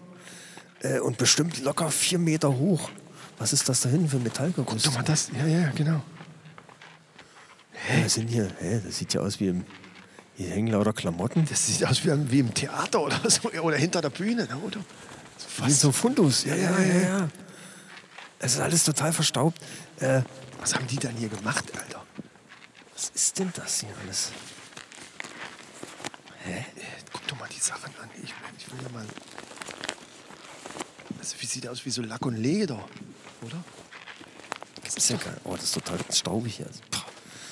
E: äh, und bestimmt locker vier Meter hoch. Was ist das da hinten für ein Metallgerüst?
D: Guck mal, das. Ja, ja, genau.
E: Hä? Was sind hier? Hä? Das sieht ja aus wie im. Hier hängen lauter Klamotten.
D: Das sieht aus wie, am- wie im Theater oder so. Oder hinter der Bühne, ne, oder?
E: Wie so Fundus. Ja,
D: Ja,
E: ja,
D: ja,
E: ja, ja. Es ist alles total verstaubt. Äh,
D: Was haben die denn hier gemacht, Alter?
E: was ist denn das hier alles?
D: Äh, Guck doch mal die Sachen an. Ich, ich will ja mal. Das wie- sieht aus wie so Lack und Leder, oder?
E: Das ist ja geil. Oh, das ist total staubig hier. Also, pah.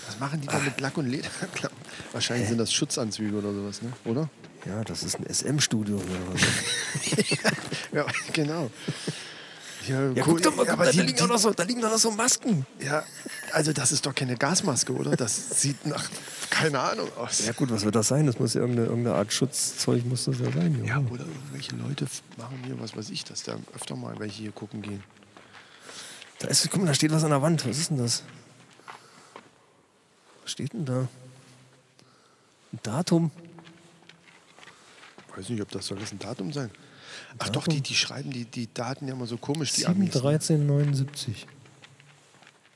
D: Was machen die da mit Lack und Leder? Klar. Wahrscheinlich sind das Schutzanzüge oder sowas, ne? oder?
E: ja, das ist ein SM-Studio oder was.
D: Ja, genau. Ja,
E: Ja,
D: cool.
E: guck doch mal,
D: Ja,
E: guck,
D: aber
E: da,
D: die-
E: liegen doch noch so, da liegen doch noch so Masken.
D: die- ja, also das ist doch keine Gasmaske, oder? Das sieht nach, keine Ahnung aus.
E: Ja gut, was wird das sein? Das muss ja irgendeine, irgendeine Art Schutzzeug muss das ja sein.
D: Ja, oder irgendwelche Leute f- machen hier, was weiß ich, dass da öfter mal welche hier gucken gehen.
E: Da ist, guck mal, da steht was an der Wand. Was ist denn das? Was steht denn da? Ein Datum?
D: Weiß nicht, ob das soll das ein Datum sein. Ach doch, die, die schreiben die, die Daten ja immer so komisch, die Amis. ne?
E: 1379. ne?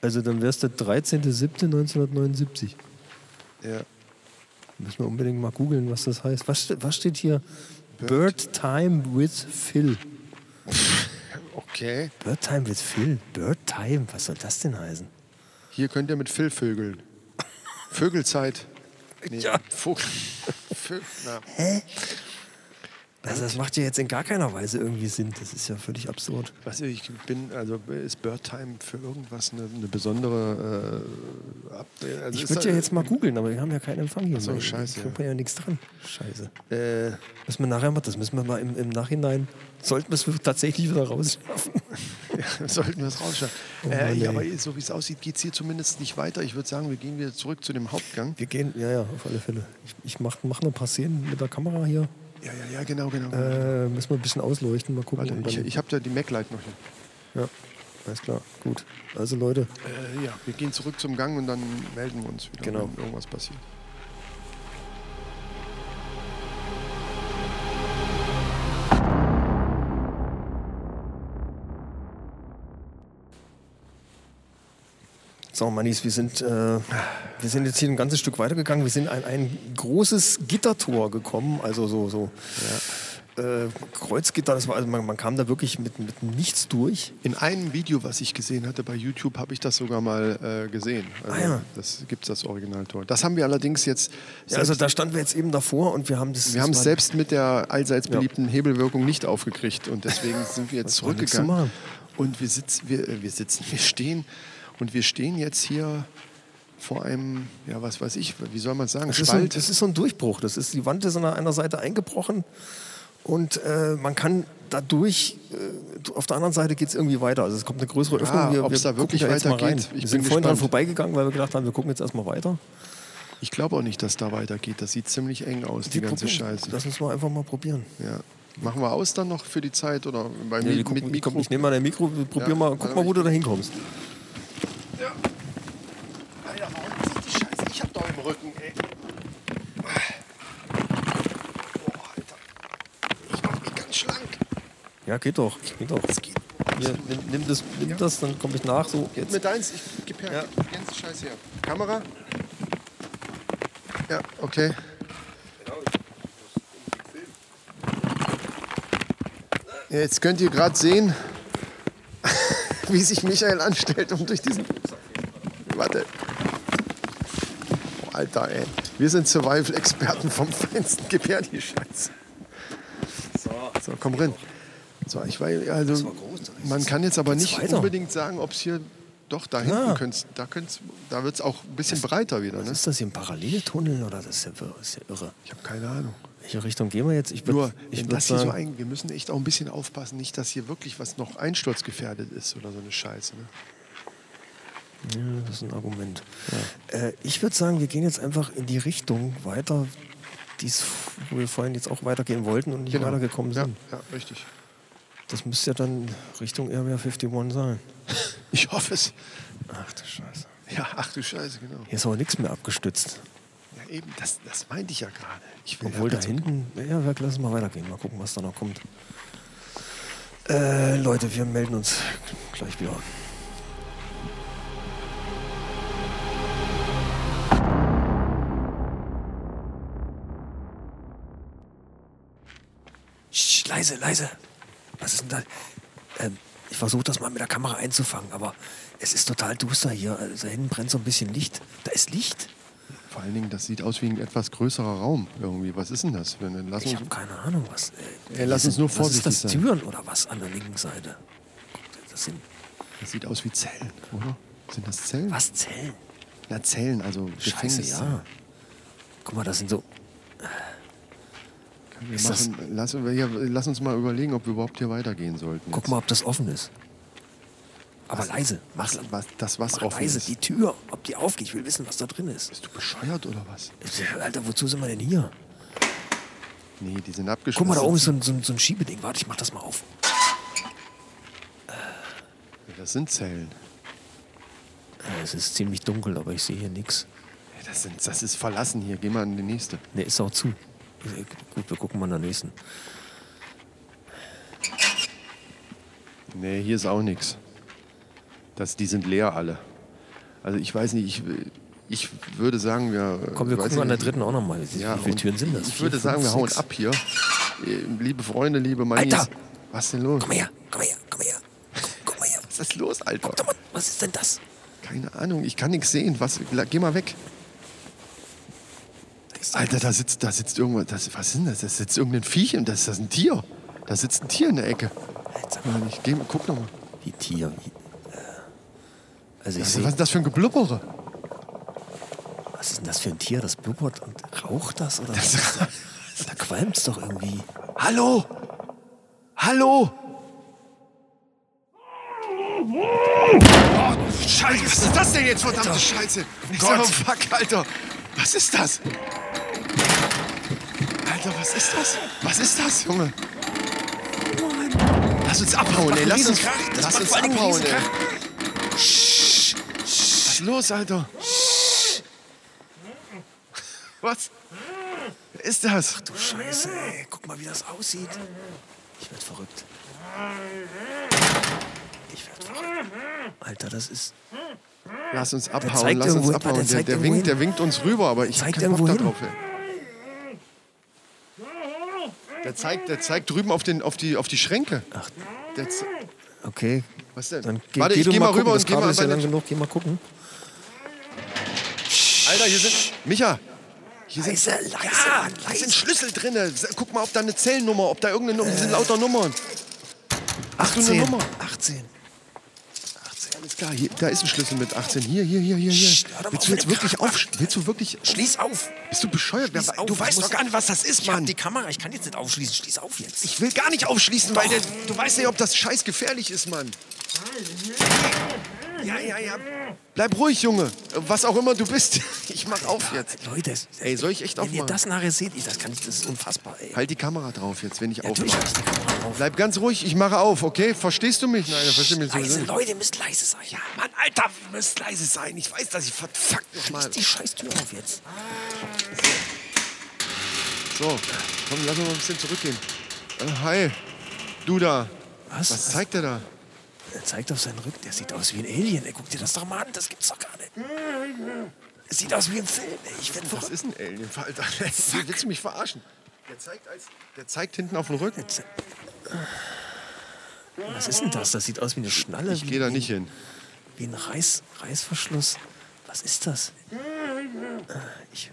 E: Also dann wär's der 13.07.1979.
D: Ja.
E: Müssen wir unbedingt mal googeln, was das heißt. Was, ste- was steht hier? Bird Time with Phil.
D: Okay,
E: Bird Time with Phil? Bird Time? Was soll das denn heißen?
D: hier könnt ihr mit Phil vögeln. Vögelzeit. Nee,
E: Ja.
D: Vogel. Vögel. Na.
E: Also das macht ja jetzt in gar keiner Weise irgendwie Sinn. Das ist ja völlig absurd.
D: Was ich bin, also ist Birdtime für irgendwas eine, eine besondere. Äh, Ab- also
E: Ich
D: ist
E: würde
D: da-
E: ja jetzt mal googeln, aber wir haben ja keinen Empfang hier.
D: so,
E: Mal-
D: scheiße,
E: Da kommt man ja nichts dran. Scheiße.
D: Äh,
E: Müssen wir nachher mal, das müssen wir mal im, im Nachhinein, sollten wir es tatsächlich wieder rausschaffen.
D: ja, sollten wir es rausschauen.
E: Oh Mann,
D: äh,
E: ey.
D: aber so wie es aussieht, geht es hier zumindest nicht weiter. Ich würde sagen, wir gehen wieder zurück zu dem Hauptgang.
E: Wir gehen, ja, ja, auf alle Fälle. Ich, ich mache mach noch ein paar Szenen mit der Kamera hier.
D: Ja, ja, ja, genau, genau.
E: Äh, müssen wir ein bisschen ausleuchten, mal gucken.
D: Warte,
E: und
D: ich,
E: dann-
D: ich habe da die Mac-Light noch hier.
E: ja, alles klar, gut. Also Leute,
D: Äh, ja, wir gehen zurück zum Gang und dann melden wir uns wieder,
E: Genau.
D: wenn irgendwas passiert.
E: So, Mannis, wir sind, äh, wir sind jetzt hier ein ganzes Stück weitergegangen. Wir sind an ein großes Gittertor gekommen, also so, so äh, Kreuzgitter. Das war, also man, man kam da wirklich mit, mit nichts durch.
D: In einem Video, was ich gesehen hatte bei YouTube, habe ich das sogar mal äh, gesehen. Also,
E: Ah, ja.
D: Das gibt es das Originaltor. Das haben wir allerdings jetzt.
E: Ja, also da standen wir jetzt eben davor und wir haben das.
D: Wir haben es
E: das war-
D: selbst mit der allseits beliebten Hebelwirkung nicht aufgekriegt und deswegen sind wir jetzt
E: Das war nichts zu
D: zurückgegangen.
E: machen.
D: Und wir, sitz, wir, äh, wir sitzen, wir stehen und wir stehen jetzt hier vor einem, ja, was weiß ich, wie soll man es sagen,
E: Das ist, ein,
D: Spalt.
E: das ist so ein Durchbruch. Das ist, die Wand ist an einer Seite eingebrochen und äh, man kann dadurch, äh, auf der anderen Seite geht es irgendwie weiter. Also es kommt eine größere Öffnung.
D: Ah, ob's da
E: gucken
D: wirklich
E: jetzt mal
D: weitergeht,
E: rein.
D: ich
E: wir
D: bin
E: sind vorhin dran
D: gespannt.
E: vorbeigegangen, weil wir gedacht haben, wir gucken jetzt erstmal weiter.
D: Ich glaube auch nicht, dass da weitergeht. Das sieht ziemlich eng aus, die,
E: Wir
D: ganze
E: probieren-
D: Scheiße.
E: Lass uns mal einfach mal probieren.
D: Ja. Machen wir aus dann noch für die Zeit oder bei
E: Ja,
D: Mi-
E: wir gucken,
D: mit
E: ich, komm,
D: Mikro?
E: ich nehme mal dein Mikro, wir probieren
D: Ja,
E: mal, guck
D: warte
E: mal,
D: mal,
E: wo du da hinkommst.
D: Alter, warum ist die Scheiße? Ich hab doch im Rücken, ey. Boah, Alter. Ich mach mich ganz schlank.
E: Ja, geht doch. Geht doch. Hier, nimm, nimm, das, nimm das, dann komme ich nach. So, jetzt.
D: Mit deins, ich gib her,
E: Ja.
D: gib die ganze Scheiße her. Kamera? Ja, okay. Ja, Jetzt könnt ihr gerade sehen, wie sich Michael anstellt, um durch diesen. Warte. Oh, Alter, ey. Wir sind Survival-Experten vom Feinsten. Gib her die Scheiße. So, komm rein. So, ich war, also, man kann jetzt aber nicht
E: weiter.
D: unbedingt sagen, ob es hier. Doch, da hinten
E: Ja.
D: könnte da könnte da wird es auch ein bisschen breiter wieder. Ne?
E: Ist das hier ein Paralleltunnel oder das ist ja, wirr- ist ja irre?
D: Ich habe keine Ahnung.
E: Welche Richtung gehen wir jetzt? Ich würd-
D: Nur,
E: ich
D: wenn
E: würd
D: das hier so
E: sagen-
D: ein, wir müssen echt auch ein bisschen aufpassen, nicht, dass hier wirklich was noch einsturzgefährdet ist oder so eine Scheiße. Ne?
E: Ja, das ist ein Argument. Äh, ich würde sagen, wir gehen jetzt einfach in die Richtung weiter, die's, wo wir vorhin jetzt auch weitergehen wollten und nicht weitergekommen
D: Genau. Ja,
E: Genau. sind.
D: ja, richtig.
E: Das müsste ja dann Richtung Area 51 sein.
D: Ich hoffe es.
E: Ach du Scheiße.
D: Ja, ach du Scheiße, genau.
E: Hier ist aber nichts mehr abgestützt.
D: Ja, eben, das, das meinte ich ja gerade. Ich will
E: Obwohl
D: ja
E: da hinten, ja, wir lassen mal weitergehen, mal gucken, was da noch kommt. Äh, Leute, wir melden uns gleich wieder. Sch, leise, leise. Was ist denn da? Ähm, ich versuche das mal mit der Kamera einzufangen, aber es ist total duster hier. Also, da hinten brennt so ein bisschen Licht. Da ist Licht?
D: Vor allen Dingen, das sieht aus wie ein etwas größerer Raum irgendwie. Was ist denn das? Wenn, dann lass
E: Ich
D: uns,
E: habe keine Ahnung, was. äh,
D: Ey, lass uns nur vorsichtig
E: was ist das,
D: sein.
E: Türen oder was an der linken Seite? Guck, Das sind
D: das sieht aus wie Zellen, oder? Sind das Zellen?
E: was Zellen?
D: Na, Zellen, also
E: Scheiße,
D: Gefängnis.
E: ja. Guck mal, das sind so.
D: Wir
E: Ist das-
D: machen, lass, ja, lass uns mal überlegen, ob wir überhaupt hier weitergehen sollten.
E: Guck mal, ob das offen ist. Aber leise. Mach,
D: jetzt. Was, das, was
E: mach
D: offen
E: leise
D: ist.
E: die Tür, ob die aufgeht. Ich will wissen, was da drin ist.
D: Bist du bescheuert oder was?
E: Äh, Alter, wozu sind wir denn hier?
D: Nee, die sind abgeschlossen.
E: Guck mal, da oben ist so ein, so ein, so ein Schiebeding. Warte, ich mach das mal auf.
D: Ja, Das sind Zellen.
E: Äh, Es ist ziemlich dunkel, aber ich sehe hier nichts.
D: Ja, Das, sind, das ist verlassen hier. Geh mal an die nächste.
E: Ne, ist auch zu. Äh, Gut, wir gucken mal in der nächsten.
D: Nee, hier ist auch nichts. Das, die sind leer alle. Also ich weiß nicht, ich, will- ich würde sagen, wir. äh,
E: Komm, wir
D: weiß
E: gucken an der
D: nicht,
E: dritten auch nochmal. Wie
D: Ja,
E: viele
D: und
E: Türen sind das?
D: Ich
E: Vier,
D: würde
E: fünf,
D: sagen, wir hauen
E: sechs?
D: ab hier. Äh, Liebe Freunde, liebe Manis.
E: Alter!
D: Was ist denn los?
E: Komm mal her, komm mal her, komm mal her. Guck mal her.
D: Was ist los, Alter?
E: Guck doch mal, was ist denn das?
D: Keine Ahnung, ich kann nichts sehen. Was, la- geh mal weg. Alter, da sitzt, da sitzt irgendwas. Das, was ist denn das? Da sitzt irgendein Viech und das ist das ein Tier. Da sitzt ein Tier in der Ecke.
E: Alter,
D: Mann, Ich geh, guck noch mal.
E: die Tiere. Also ich
D: Was
E: sehe,
D: ist das für ein Geblubbere?
E: was ist denn das für ein Tier? Das blubbert und raucht das oder was? da qualmt's doch irgendwie.
D: Hallo? Hallo? Oh, Scheiße, was ist das denn jetzt? Verdammte Scheiße. Ich sag mal, fuck, Alter. Was ist das? Alter, was ist das? Was ist das, Junge? Lass uns abhauen, ey. Lass uns, lass uns abhauen, ey. Sch, sch. Was ist los, Alter? Was? Wer ist das?
E: Du Scheiße, ey. Guck mal, wie das aussieht. Ich werd verrückt. Ich werd verrückt. Alter, das ist.
D: Lass uns abhauen,
E: zeigt
D: lass uns
E: irgendwo hin,
D: abhauen. Der,
E: der
D: der,
E: zeigt irgendwo
D: winkt,
E: hin.
D: der winkt uns rüber, aber ich hab
E: Zeigt
D: keinen Bock
E: irgendwo
D: darauf. Ey. Der zeigt, der zeigt drüben auf, den, auf, die, auf die Schränke. Ach. Der ze-
E: Okay.
D: was denn?
E: Dann geh,
D: Warte,
E: geh
D: ich
E: du
D: geh mal
E: gucken.
D: rüber
E: das
D: und geh
E: Kabel
D: mal
E: ist ja
D: bei
E: lang
D: den-
E: genug. Geh mal gucken.
D: Alter, hier sind. Micha! Hier sind,
E: Leise, leise,
D: ja,
E: Mann,
D: da
E: leise.
D: sind Schlüssel drin. Guck mal, ob da eine Zellennummer, ob da irgendeine Nummer. Das sind lauter Nummern. Hast du eine Nummer?
E: 18. 18.
D: Alles klar, hier, da ist ein Schlüssel mit 18. Hier, hier, hier, hier, hier.
E: hör doch mal
D: willst
E: auf
D: du
E: mit
D: jetzt
E: dem
D: wirklich
E: Kram.
D: auf? Willst du wirklich?
E: Schließ auf!
D: Bist du bescheuert? Wer-
E: Schließ auf!
D: du weißt
E: Ich
D: doch
E: muss-
D: gar nicht, was das ist,
E: ich hab
D: Mann.
E: die Kamera, ich kann jetzt nicht aufschließen. Schließ auf jetzt.
D: Ich will gar nicht aufschließen, weil
E: Doch.
D: der, du weißt nicht, ob das scheiß gefährlich ist, Mann. Ja, ja, ja. Bleib ruhig, Junge. Äh, Was auch immer du bist. Ich mach auf jetzt.
E: Leute,
D: Ey, soll ich echt
E: wenn ihr
D: aufmachen?
E: das nachher seht, ich, das, kann ich, das ist unfassbar, ey.
D: Halt die Kamera drauf jetzt, wenn ich
E: Natürlich
D: aufmache.
E: hab ich die Kamera auf.
D: Bleib ganz ruhig, ich mache auf, okay? Verstehst du mich? Nein, er versteht mich sowieso
E: Leise,
D: nicht.
E: Leute, ihr müsst leise sein. ne? Ja, Mann, Alter, ihr müsst leise sein. Ich weiß, dass ich verfuck
D: mal.
E: Schließ die scheiß Tür auf jetzt.
D: So, komm, lass uns mal ein bisschen zurückgehen. Äh, hi, du da.
E: Was?
D: Was zeigt er da?
E: Er zeigt auf seinen Rücken. Der sieht aus wie ein Alien. Ey, guck dir das doch mal an. Das gibt's doch gar nicht. Das sieht aus wie ein Film. Ey. Ich werd
D: Das
E: verrückt.
D: ist ein Alien, Alter. Willst du mich verarschen? Der zeigt, als, der zeigt hinten auf den Rücken.
E: Was ist denn das? Das sieht aus wie eine Schnalle.
D: Ich gehe da nicht hin.
E: Wie ein Reiß, Reißverschluss. Was ist das? Äh, Ich,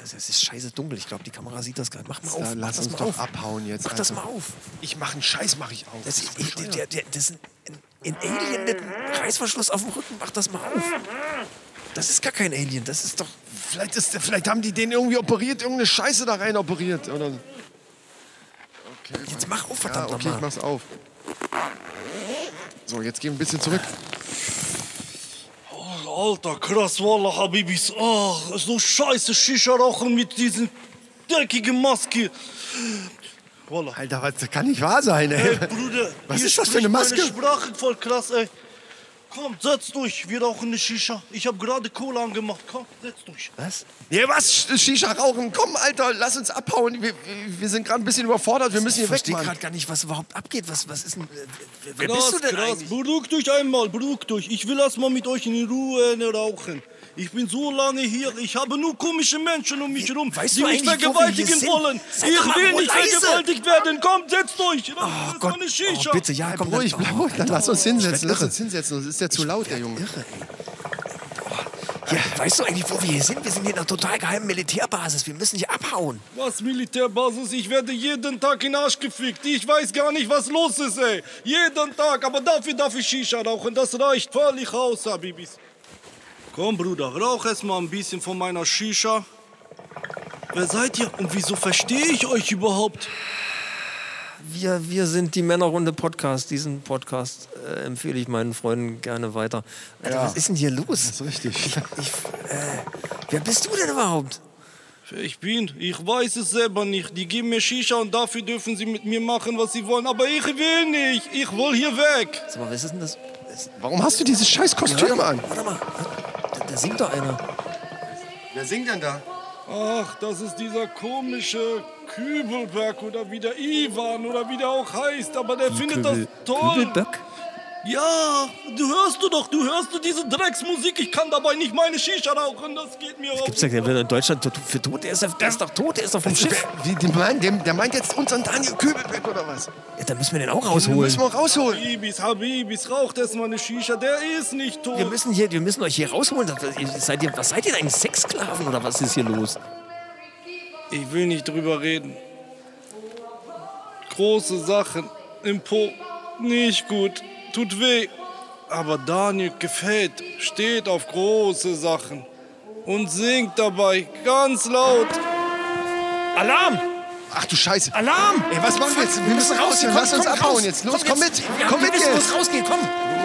E: das es ist scheiße dunkel. Ich glaube, die Kamera sieht das gar nicht. Mach mal auf.
D: Da,
E: mach
D: lass
E: das
D: uns
E: mal
D: doch
E: auf.
D: abhauen jetzt.
E: Mach das
D: Alter.
E: mal auf.
D: Ich mache einen Scheiß, mache ich auf.
E: Das,
D: Bist du
E: ist,
D: bescheuert?
E: der, der, das ist ein, ein Alien mit einem Reißverschluss auf dem Rücken. Mach das mal auf. Das ist gar kein Alien. Das ist doch.
D: vielleicht, ist, der- vielleicht haben die den irgendwie operiert, irgendeine Scheiße da rein operiert. Oder,
E: Jetzt mach auf,
D: ah,
E: verdammt
D: okay, ich
E: nochmal.
D: mach's auf. So, jetzt gehen wir ein bisschen zurück.
F: Alter, krass, Wallah, Habibis. Ach, so scheiße Shisha rauchen mit diesen dreckigen Maske. Wallah.
D: Alter, was- das kann nicht wahr sein,
F: Ey,
D: ey.
F: Bruder,
D: Was
F: ihr
D: ist das für
F: spricht
D: eine Maske?
F: Meine Sprache voll krass, ey. Komm, setz durch, wir rauchen eine Shisha. Ich hab gerade Cola angemacht. Komm, setz durch.
E: Was?
D: Nee, was? Shisha rauchen? Komm, Alter, lass uns abhauen. Wir, wir sind gerade ein bisschen überfordert. Wir müssen
E: Ich
D: hier weg,
E: verstehe
D: Mann.
E: gerade gar nicht, was überhaupt abgeht. Was, was ist denn. äh, Wer wer
F: Krass,
E: bist du denn
F: krass.
E: eigentlich?
F: Beruhigt euch einmal, beruhigt euch. Ich will erstmal mit euch in Ruhe ne, rauchen. Ich bin so lange hier, ich habe nur komische Menschen um mich herum,
E: Weißt
F: die
E: du
F: mich
E: eigentlich, wo wir hier
F: vergewaltigen
E: sind?
F: wollen.
E: Seid doch
F: ich
E: mal
F: will
E: wohl
F: nicht
E: leise.
F: vergewaltigt werden. Kommt, setzt euch.
E: Oh Gott. Oh, bitte, ja, komm.
D: Ruhig,
E: dann,
D: bleib
E: oh,
D: ruhig. Dann lass uns
E: Ich
D: hinsetzen.
E: werd
D: Lass uns hinsetzen. Sonst ist der zu laut, der Junge.
E: Irre, ey. Boah. Ja, weißt du eigentlich, wo wir hier sind? Wir sind hier in einer total geheimen Militärbasis. Wir müssen hier abhauen.
F: Was Militärbasis? Ich werde jeden Tag in den Arsch gefickt. Ich weiß gar nicht, was los ist, ey. Jeden Tag, aber dafür darf ich Shisha rauchen. Das reicht völlig aus, Habibis. Komm, Bruder, rauch erst mal ein bisschen von meiner Shisha. Wer seid ihr und wieso verstehe ich euch überhaupt?
E: Wir, wir sind die Männerrunde Podcast. Diesen Podcast äh, empfehle ich meinen Freunden gerne weiter. Alter, was ist denn hier los? Das ist richtig. Ich, äh, wer bist du denn überhaupt?
F: Ich bin, ich weiß es selber nicht. Die geben mir Shisha und dafür dürfen sie mit mir machen, was sie wollen. Aber ich will nicht. Ich will hier weg.
E: Sag mal, was ist denn das? das
D: Warum hast du dieses scheiß Kostüm an?
E: warte mal. Da, da singt doch einer.
D: Wer singt denn da?
F: Ach, das ist dieser komische Kübelberg oder wie der Ivan oder wie der auch heißt, aber der findet das toll.
E: Kübelböck?
F: Ja, du hörst du doch, du hörst du diese Drecksmusik, ich kann dabei nicht meine Shisha rauchen, das geht mir auf.
E: Gibt's ja, der wird in Deutschland tot- für tot. Der ist, ja- der ist doch tot, der ist doch vom Schiff.
D: Wie, die meinen, dem- der meint jetzt unseren Daniel Kübelbeck oder was?
E: Ja, da müssen wir den auch
D: Den
E: rausholen.
D: müssen wir auch rausholen.
F: Habibis, Habibis, raucht erst mal eine Shisha, der ist nicht tot.
E: Wir müssen, hier, wir müssen euch hier rausholen. Das- ihr Seid ihr, was seid ihr denn eigentlich? Sexsklaven oder was ist hier los?
F: Ich will nicht drüber reden. Große Sachen im Po, nicht gut, tut weh. Aber Daniel gefällt, steht auf große Sachen und singt dabei ganz laut.
C: Alarm!
D: Ach du Scheiße.
C: Alarm!
D: Ey, was machen wir jetzt? Wir müssen raus hier.
E: Komm,
D: Lass uns
E: komm,
D: abhauen
E: raus.
D: jetzt. Los, komm mit.
E: Ja,
D: Komm
E: wir
D: mit
E: müssen
D: jetzt.
E: los rausgehen, komm.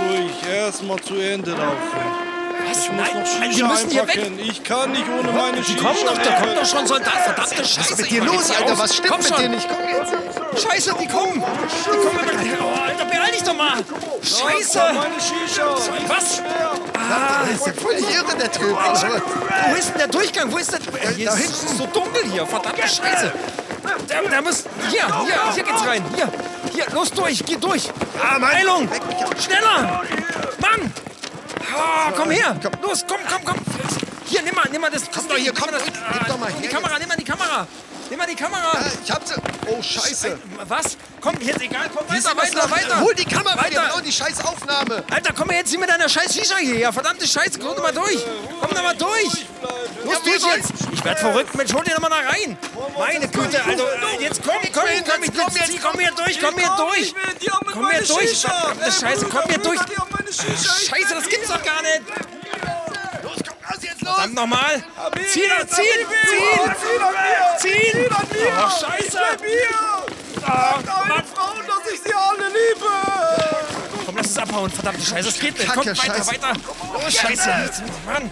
F: Ruhig, erstmal zu Ende rauchen.
E: Was?
F: Ich muss
E: Nein,
F: noch
E: nein,
F: Shisha
E: wir müssen hier weg.
F: einpacken. Ich kann nicht ohne meine
E: Die
F: Shisha.
E: kommen doch, da
F: weg.
E: kommt doch schon Soldat. Verdammte Scheiße.
D: Was ist mit dir los, Alter? Was stimmt
E: komm
D: mit
E: schon.
D: dir nicht? Komm jetzt.
E: Scheiße, die kommen. Die kommen. Oh, Alter, beeil dich doch mal. Scheiße.
F: Da kommt meine Shisha.
E: Was?
D: Das ist ja völlig irre, der Typ. Alter.
E: Wo ist denn der Durchgang? Wo ist der? Hier da hinten ist so dunkel hier. Verdammte Scheiße. Da, da muss. Hier, hier, hier geht's rein. Hier, hier, los durch, geh durch. Ah, Heilung. Schneller. Mann. Ah, komm her. Los, komm, komm, komm. Hier, nimm mal, nimm mal das. Komm
D: doch hier, komm,
E: das,
D: gib doch mal
E: nimm die
D: her
E: Kamera, nimm mal die Kamera. Nimm mal die Kamera. Äh,
D: Ich hab sie. Oh, Scheiße.
E: Was? Komm, jetzt egal, komm weiter,
D: Wisst ihr, was
E: weiter,
D: macht?
E: weiter.
D: Hol die Kamera, wir
E: weiter.
D: brauchen die scheiß Aufnahme.
E: Alter, komm mal jetzt hier mit deiner scheiß Shisha hierher. Verdammte Scheiße, komm doch mal durch. Komm doch mal durch. Los,
D: Ja, wir
E: durch jetzt. Ich werd verrückt, Mensch, hol dir doch mal da rein. Meine Güte, also äh, jetzt komm, komm, komm, ich komm jetzt, komm hier durch, komm hier durch.
F: Die haben mit
E: Komm hier
F: meine
E: durch,
F: Shisha.
E: verdammte
F: Ey,
E: Scheiße,
F: Bruder,
E: komm hier
F: Bruder,
E: durch.
F: die haben meine
E: Scheiße, das gibt's doch gar nicht!
F: Los, komm, raus jetzt, los!
E: Dann nochmal! Zieh doch, zieh!
F: Ziehen!
E: Zieh!
F: Ziehen an mir!
E: Zieh!
F: Ziehen an mir!
E: Oh, Scheiße!
F: Gib mir! Sagt meine Frau, dass ich sie alle liebe!
E: Komm, lass uns abhauen, verdammte Scheiße, das geht nicht! Komm,
D: Kacke,
E: weiter,
D: Scheiße.
E: weiter! Oh, Scheiße! Mann!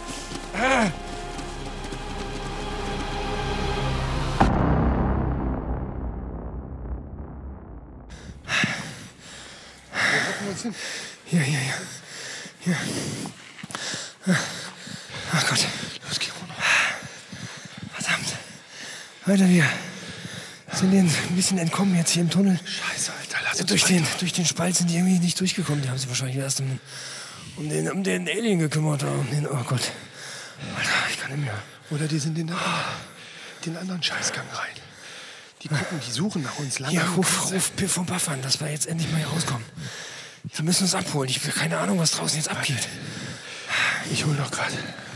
A: Hier, hier, hier. Hier. Ach Gott. Los, geh runter. Verdammt. Alter, wir sind denen ein bisschen entkommen jetzt hier im Tunnel. Scheiße, Alter. Lass durch, den, durch den Spalt sind die irgendwie nicht durchgekommen. Die haben sich wahrscheinlich erst um, um, den, um den Alien gekümmert. oder Um den, oh Gott. Alter, ich kann nicht mehr.
D: Oder die sind in den, den anderen Scheißgang rein. Die gucken, die suchen nach uns lange.
A: Hier, ruf, ruf Piff vom Buff an, dass wir jetzt endlich mal hier rauskommen. Wir müssen uns abholen. Ich habe keine Ahnung, was draußen jetzt abgeht.
D: Ich hol doch gerade.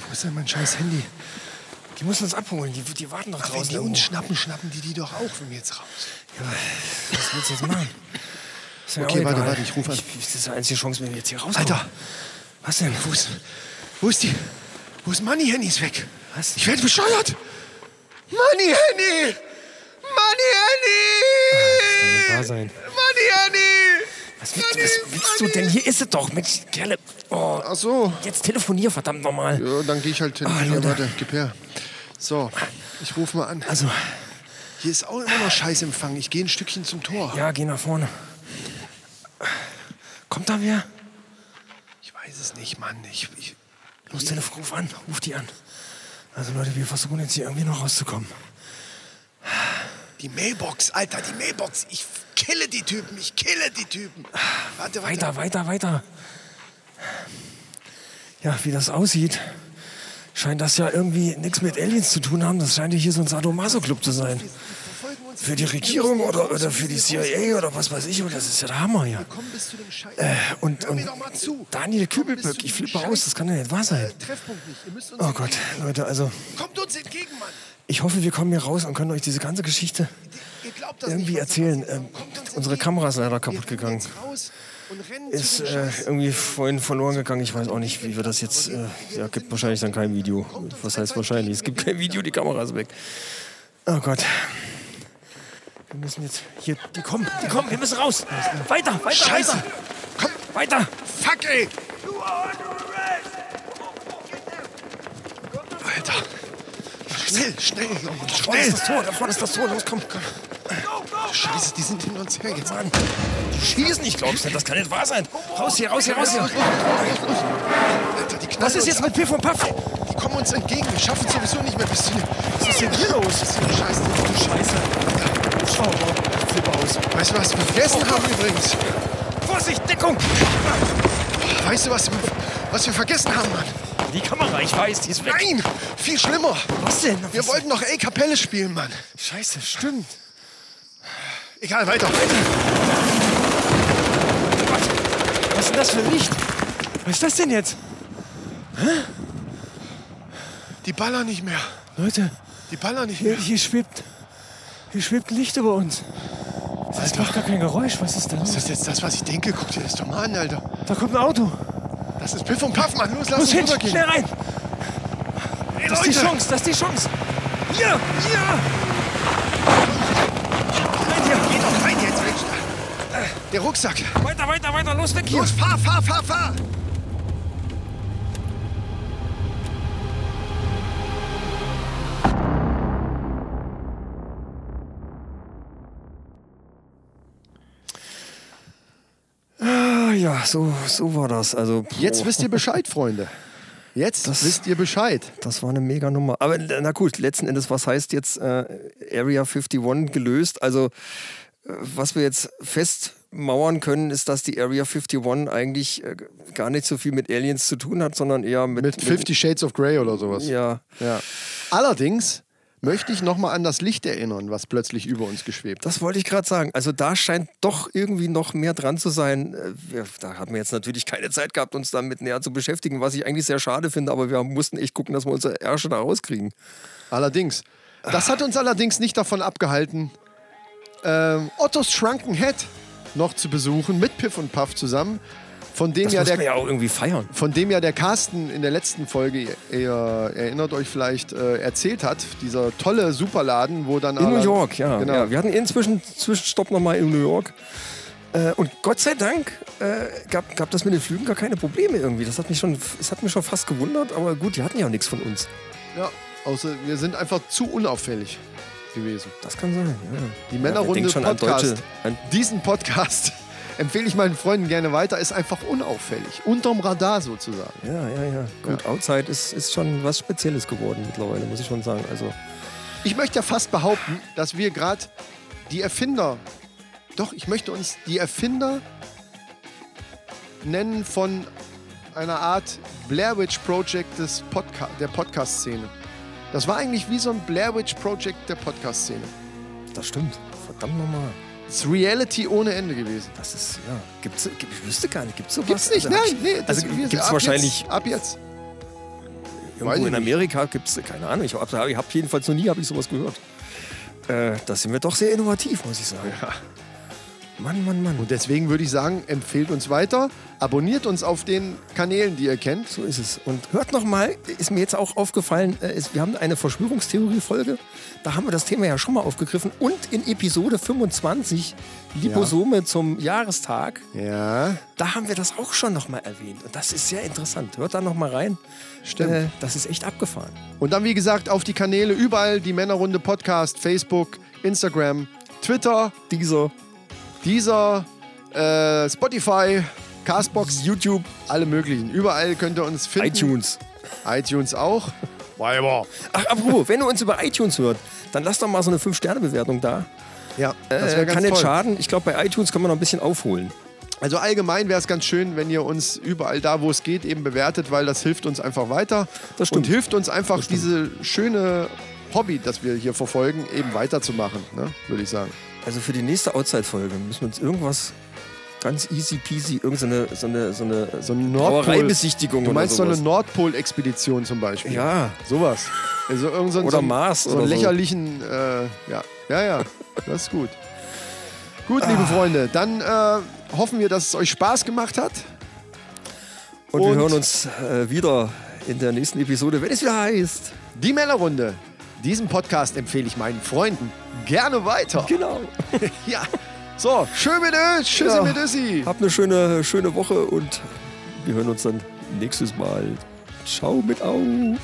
D: Wo ist denn mein scheiß Handy?
A: Die müssen uns abholen. Die, die warten doch
D: Wenn
A: draußen.
D: die uns
A: irgendwo.
D: schnappen, schnappen die die doch auch, wenn wir jetzt raus.
A: Was willst du jetzt machen? Ist mir
D: Okay,
A: auch
D: warte,
A: egal.
D: warte, ich ruf an.
A: das ist die einzige Chance, wenn wir jetzt hier rauskommen.
D: Alter,
A: Was denn? Wo ist...
D: wo ist die? Wo ist Money Handy ist weg?
A: Was?
D: Ich werde bescheuert. Money Handy! Money Handy!
A: wahr sein.
D: Money Handy!
A: Was willst, was willst du denn? Hier ist es doch, Mensch, Kerle. Oh,
D: Ach so.
A: jetzt telefonier, verdammt nochmal.
D: Ja, dann gehe ich halt hin.
A: Ah,
D: Hier,
A: Leute.
D: warte, gib her. So, ich ruf mal an.
A: Also,
D: Hier ist auch immer noch Scheißempfang. Ich gehe ein Stückchen zum Tor.
A: ja, geh nach vorne. Kommt da wer?
D: Ich weiß es nicht, Mann. Ich, ich,
A: Los, Telefon, ruf an, ruf die an. Also Leute, wir versuchen jetzt hier irgendwie noch rauszukommen.
D: die Mailbox, Alter, die Mailbox. Ich kille die Typen, ich kille die Typen. Warte, warte.
A: Ah, Weiter, weiter, weiter. Ja, wie das aussieht, scheint das ja irgendwie nichts mit Aliens zu tun haben. Das scheint ja hier so ein Sadomaso-Club zu sein.
D: Verfolgen uns.
A: Für die Regierung oder, oder für die CIA oder was weiß ich. Und das ist ja der Hammer hier.
D: Komm bis zu dem Scheiß.
A: Äh, Und,
D: Hör mir
A: und
D: doch mal zu. Komm
A: Daniel
D: bis zu
A: Kübelböck, ich
D: dem
A: flippe
D: Scheiß-
A: aus, das kann ja nicht wahr sein.
D: Treffpunkt nicht. Ihr müsst uns
A: Oh Gott, Leute, also
D: Kommt uns entgegen, Mann.
A: ich hoffe, wir kommen hier raus und können euch diese ganze Geschichte
D: Ihr glaubt das
A: irgendwie
D: nicht. was da
A: erzählen.
D: passiert.
A: Ähm,
D: Kommt uns
A: unsere
D: entgegen.
A: Kamera ist leider
D: Wir
A: kaputt
D: rennen
A: gegangen.
D: jetzt raus und rennen zu
A: Ist
D: dem
A: äh,
D: Scheiß.
A: irgendwie vorhin verloren gegangen. Ich weiß auch nicht, wie wir das jetzt. Äh, ja, gibt wahrscheinlich dann kein Video. Was heißt wahrscheinlich? Es gibt kein Video, die Kamera ist weg. Oh Gott. Wir müssen jetzt. Hier, die kommen, die kommen, wir müssen raus. Weiter, weiter, weiter. Komm, weiter.
D: Fuck, ey. Alter. Schnell, schnell, Leute,
A: Da vorne ist
D: schnell.
A: das Tor, Oh, da vorne ist das Tor. Los, komm. komm.
D: Scheiße, die sind hinter uns her jetzt.
A: Mann. Die schießen, ich glaub's nicht. Das kann nicht wahr sein. Raus hier, raus hier, raus hier.
D: Alter, die knallen
A: Was ist
D: uns
A: jetzt
D: ab.
A: mit Piff und Puff?
D: Die kommen uns entgegen. Wir schaffen es sowieso nicht mehr bis zu dem- Was ist denn hier los? Was ist denn Scheiße? Du Scheiße.
A: Schau mal, flippe aus.
D: Weißt du, was wir vergessen haben übrigens?
A: Vorsicht, Deckung.
D: Weißt du, was wir, was wir vergessen haben, Mann?
A: Die Kamera, ich weiß, die ist weg.
D: Nein! Viel schlimmer!
A: Was denn?
D: Wir wollten noch Ey Kapelle spielen, Mann.
A: Scheiße, stimmt.
D: Egal, weiter.
A: Was ist denn das für ein Licht? Was ist das denn jetzt?
D: Die ballern nicht mehr.
A: Leute,
D: Die ballern nicht
A: hier,
D: mehr.
A: hier schwebt. Hier schwebt ein Licht über uns. Das macht gar kein Geräusch. Was ist da
D: Ist
A: los?
D: das jetzt das, was ich denke? Guck dir das doch mal an, Alter.
A: Da kommt ein Auto.
D: Das ist Piff und Puff, Mann. Los, lass
A: Los
D: uns
A: hin,
D: rübergehen.
A: schnell rein.
D: Ey,
A: Das ist die
D: Leute.
A: Chance, das ist die Chance. Hier, hier.
D: Geh doch rein jetzt, Mensch. Der Rucksack.
A: Weiter, weiter, weiter. Los, weg hier.
D: Los, fahr, fahr, fahr, fahr.
A: Ah, ja, so, so war das. Also,
D: Jetzt
A: boah,
D: wisst ihr Bescheid, Freunde. Jetzt wisst ihr Bescheid.
A: Das war eine mega Nummer. Aber na gut, letzten Endes, was heißt jetzt äh, Area 51 gelöst? Also, äh, was wir jetzt festmauern können, ist, dass die Area 51 eigentlich äh, gar nicht so viel mit Aliens zu tun hat, sondern eher mit.
D: Mit 50 Shades of Grey oder sowas.
A: Ja.
D: Ja. Allerdings möchte ich nochmal an das Licht erinnern, was plötzlich über uns geschwebt hat.
A: Das wollte ich gerade sagen. Also da scheint doch irgendwie noch mehr dran zu sein. Äh, wir- Da haben wir jetzt natürlich keine Zeit gehabt, uns damit näher zu beschäftigen, was ich eigentlich sehr schade finde, aber wir mussten echt gucken, dass wir unsere Ärsche da rauskriegen.
D: Allerdings. Das hat uns allerdings nicht davon abgehalten, ähm, Ottos Shrunken Head noch zu besuchen, mit Piff und Puff zusammen. von dem
A: Das
D: ja
A: muss
D: der
A: man ja auch irgendwie feiern.
D: von dem ja der Carsten in der letzten Folge, ihr erinnert euch vielleicht, äh, erzählt hat, dieser tolle Superladen, wo dann
A: In
D: aber-
A: New York, ja.
D: Genau.
A: ja. Wir hatten eh inzwischen Zwischenstopp nochmal in New York. Äh, Und Gott sei Dank äh, gab, gab das mit den Flügen gar keine Probleme irgendwie. Das hat mich schon, das hat mich schon fast gewundert, aber gut, die hatten ja nichts von uns.
D: Ja, außer wir sind einfach zu unauffällig gewesen.
A: Das kann sein. Ja.
D: Die
A: Ja,
D: Männerrunde
A: denkt schon an
D: Podcast.
A: Deutsche. An,
D: Diesen Podcast empfehle ich meinen Freunden gerne weiter, ist einfach unauffällig. Unterm Radar sozusagen.
A: ja, ja, ja. Gut, Outside ist, ist schon was Spezielles geworden mittlerweile, muss ich schon sagen. Also,
D: Ich möchte ja fast behaupten, dass wir gerade die Erfinder, doch, ich möchte uns die Erfinder nennen von einer Art Blair Witch Project des Podca der Podcast-Szene. Das war eigentlich wie so ein Blair Witch Project der Podcast-Szene.
A: das stimmt. Verdammt nochmal.
D: Es ist Reality ohne Ende gewesen.
A: Das ist, ja. Gibt's, gibt, ich wüsste gar nicht, gibt's sowas?
D: Gibt's nicht,
A: Also, hab
D: nein, nee.
A: also
D: wir-
A: gibt's
D: ab
A: wahrscheinlich-
D: Jetzt, ab jetzt.
A: ich,
D: weiß ich
A: irgendwo in
D: nicht.
A: Amerika gibt's, keine Ahnung. Ich habe hab jedenfalls noch nie hab ich sowas gehört. Äh, da sind wir doch sehr innovativ, muss ich sagen. Mann, Mann, Mann.
D: Und deswegen würde ich sagen, empfehlt uns weiter, abonniert uns auf den Kanälen, die ihr kennt.
A: So ist es. Und hört noch mal, ist mir jetzt auch aufgefallen, äh, ist, wir haben eine Verschwörungstheorie-Folge. Da haben wir das Thema ja schon mal aufgegriffen. Und in Episode 25, Liposome zum Jahrestag,
D: Ja.
A: da haben wir das auch schon noch mal erwähnt. Und das ist sehr interessant. Hört da noch mal rein.
D: Stimmt.
A: Äh, das ist echt abgefahren.
D: Und dann, wie gesagt, auf die Kanäle überall, die Männerrunde Podcast, Facebook, Instagram, Twitter,
A: Dieser
D: Deezer, äh, Spotify, Castbox, YouTube, alle möglichen. Überall könnt ihr uns finden.
A: iTunes.
D: iTunes auch. Weiber.
A: Ach, apropos, wenn ihr uns über iTunes hört, dann lasst doch mal so eine 5-Sterne-Bewertung da.
D: Ja, das
A: Äh,
D: wäre
A: kann
D: ganz
A: nicht
D: toll.
A: schaden. Ich glaube, bei iTunes kann man noch ein bisschen aufholen.
D: Also allgemein wäre es ganz schön, wenn ihr uns überall da, wo es geht, eben bewertet, weil das hilft uns einfach weiter.
A: Das stimmt.
D: Und hilft uns einfach, diese schöne Hobby, das wir hier verfolgen, eben weiterzumachen, ne? würde ich sagen.
A: Also für die nächste Outside-Folge müssen wir uns irgendwas ganz easy peasy, irgendeine so eine, so eine, so
D: eine
A: eine
D: Nordpol-
A: Brauereibesichtigung
D: Du meinst so
A: oder
D: eine
A: sowas.
D: Nordpol-Expedition zum Beispiel?
A: Ja,
D: Sowas. Also irgend so, ein-
A: Oder
D: so ein-
A: Mars
D: So
A: oder
D: einen
A: so.
D: lächerlichen, äh, ja. Ja, ja, das ist gut. Gut, liebe Freunde, dann äh, hoffen wir, dass es euch Spaß gemacht hat.
A: und, wir
D: Und-
A: hören uns äh, wieder in der nächsten Episode, wenn es wieder heißt.
D: Die Männerrunde. Diesen Podcast empfehle ich meinen Freunden gerne weiter.
A: Genau.
D: Ja. So, schön mit Ö, tschüssi
A: Ja.
D: mit Össi.
A: Habt eine schöne, schöne Woche und wir hören uns dann nächstes Mal. Ciao mit Au.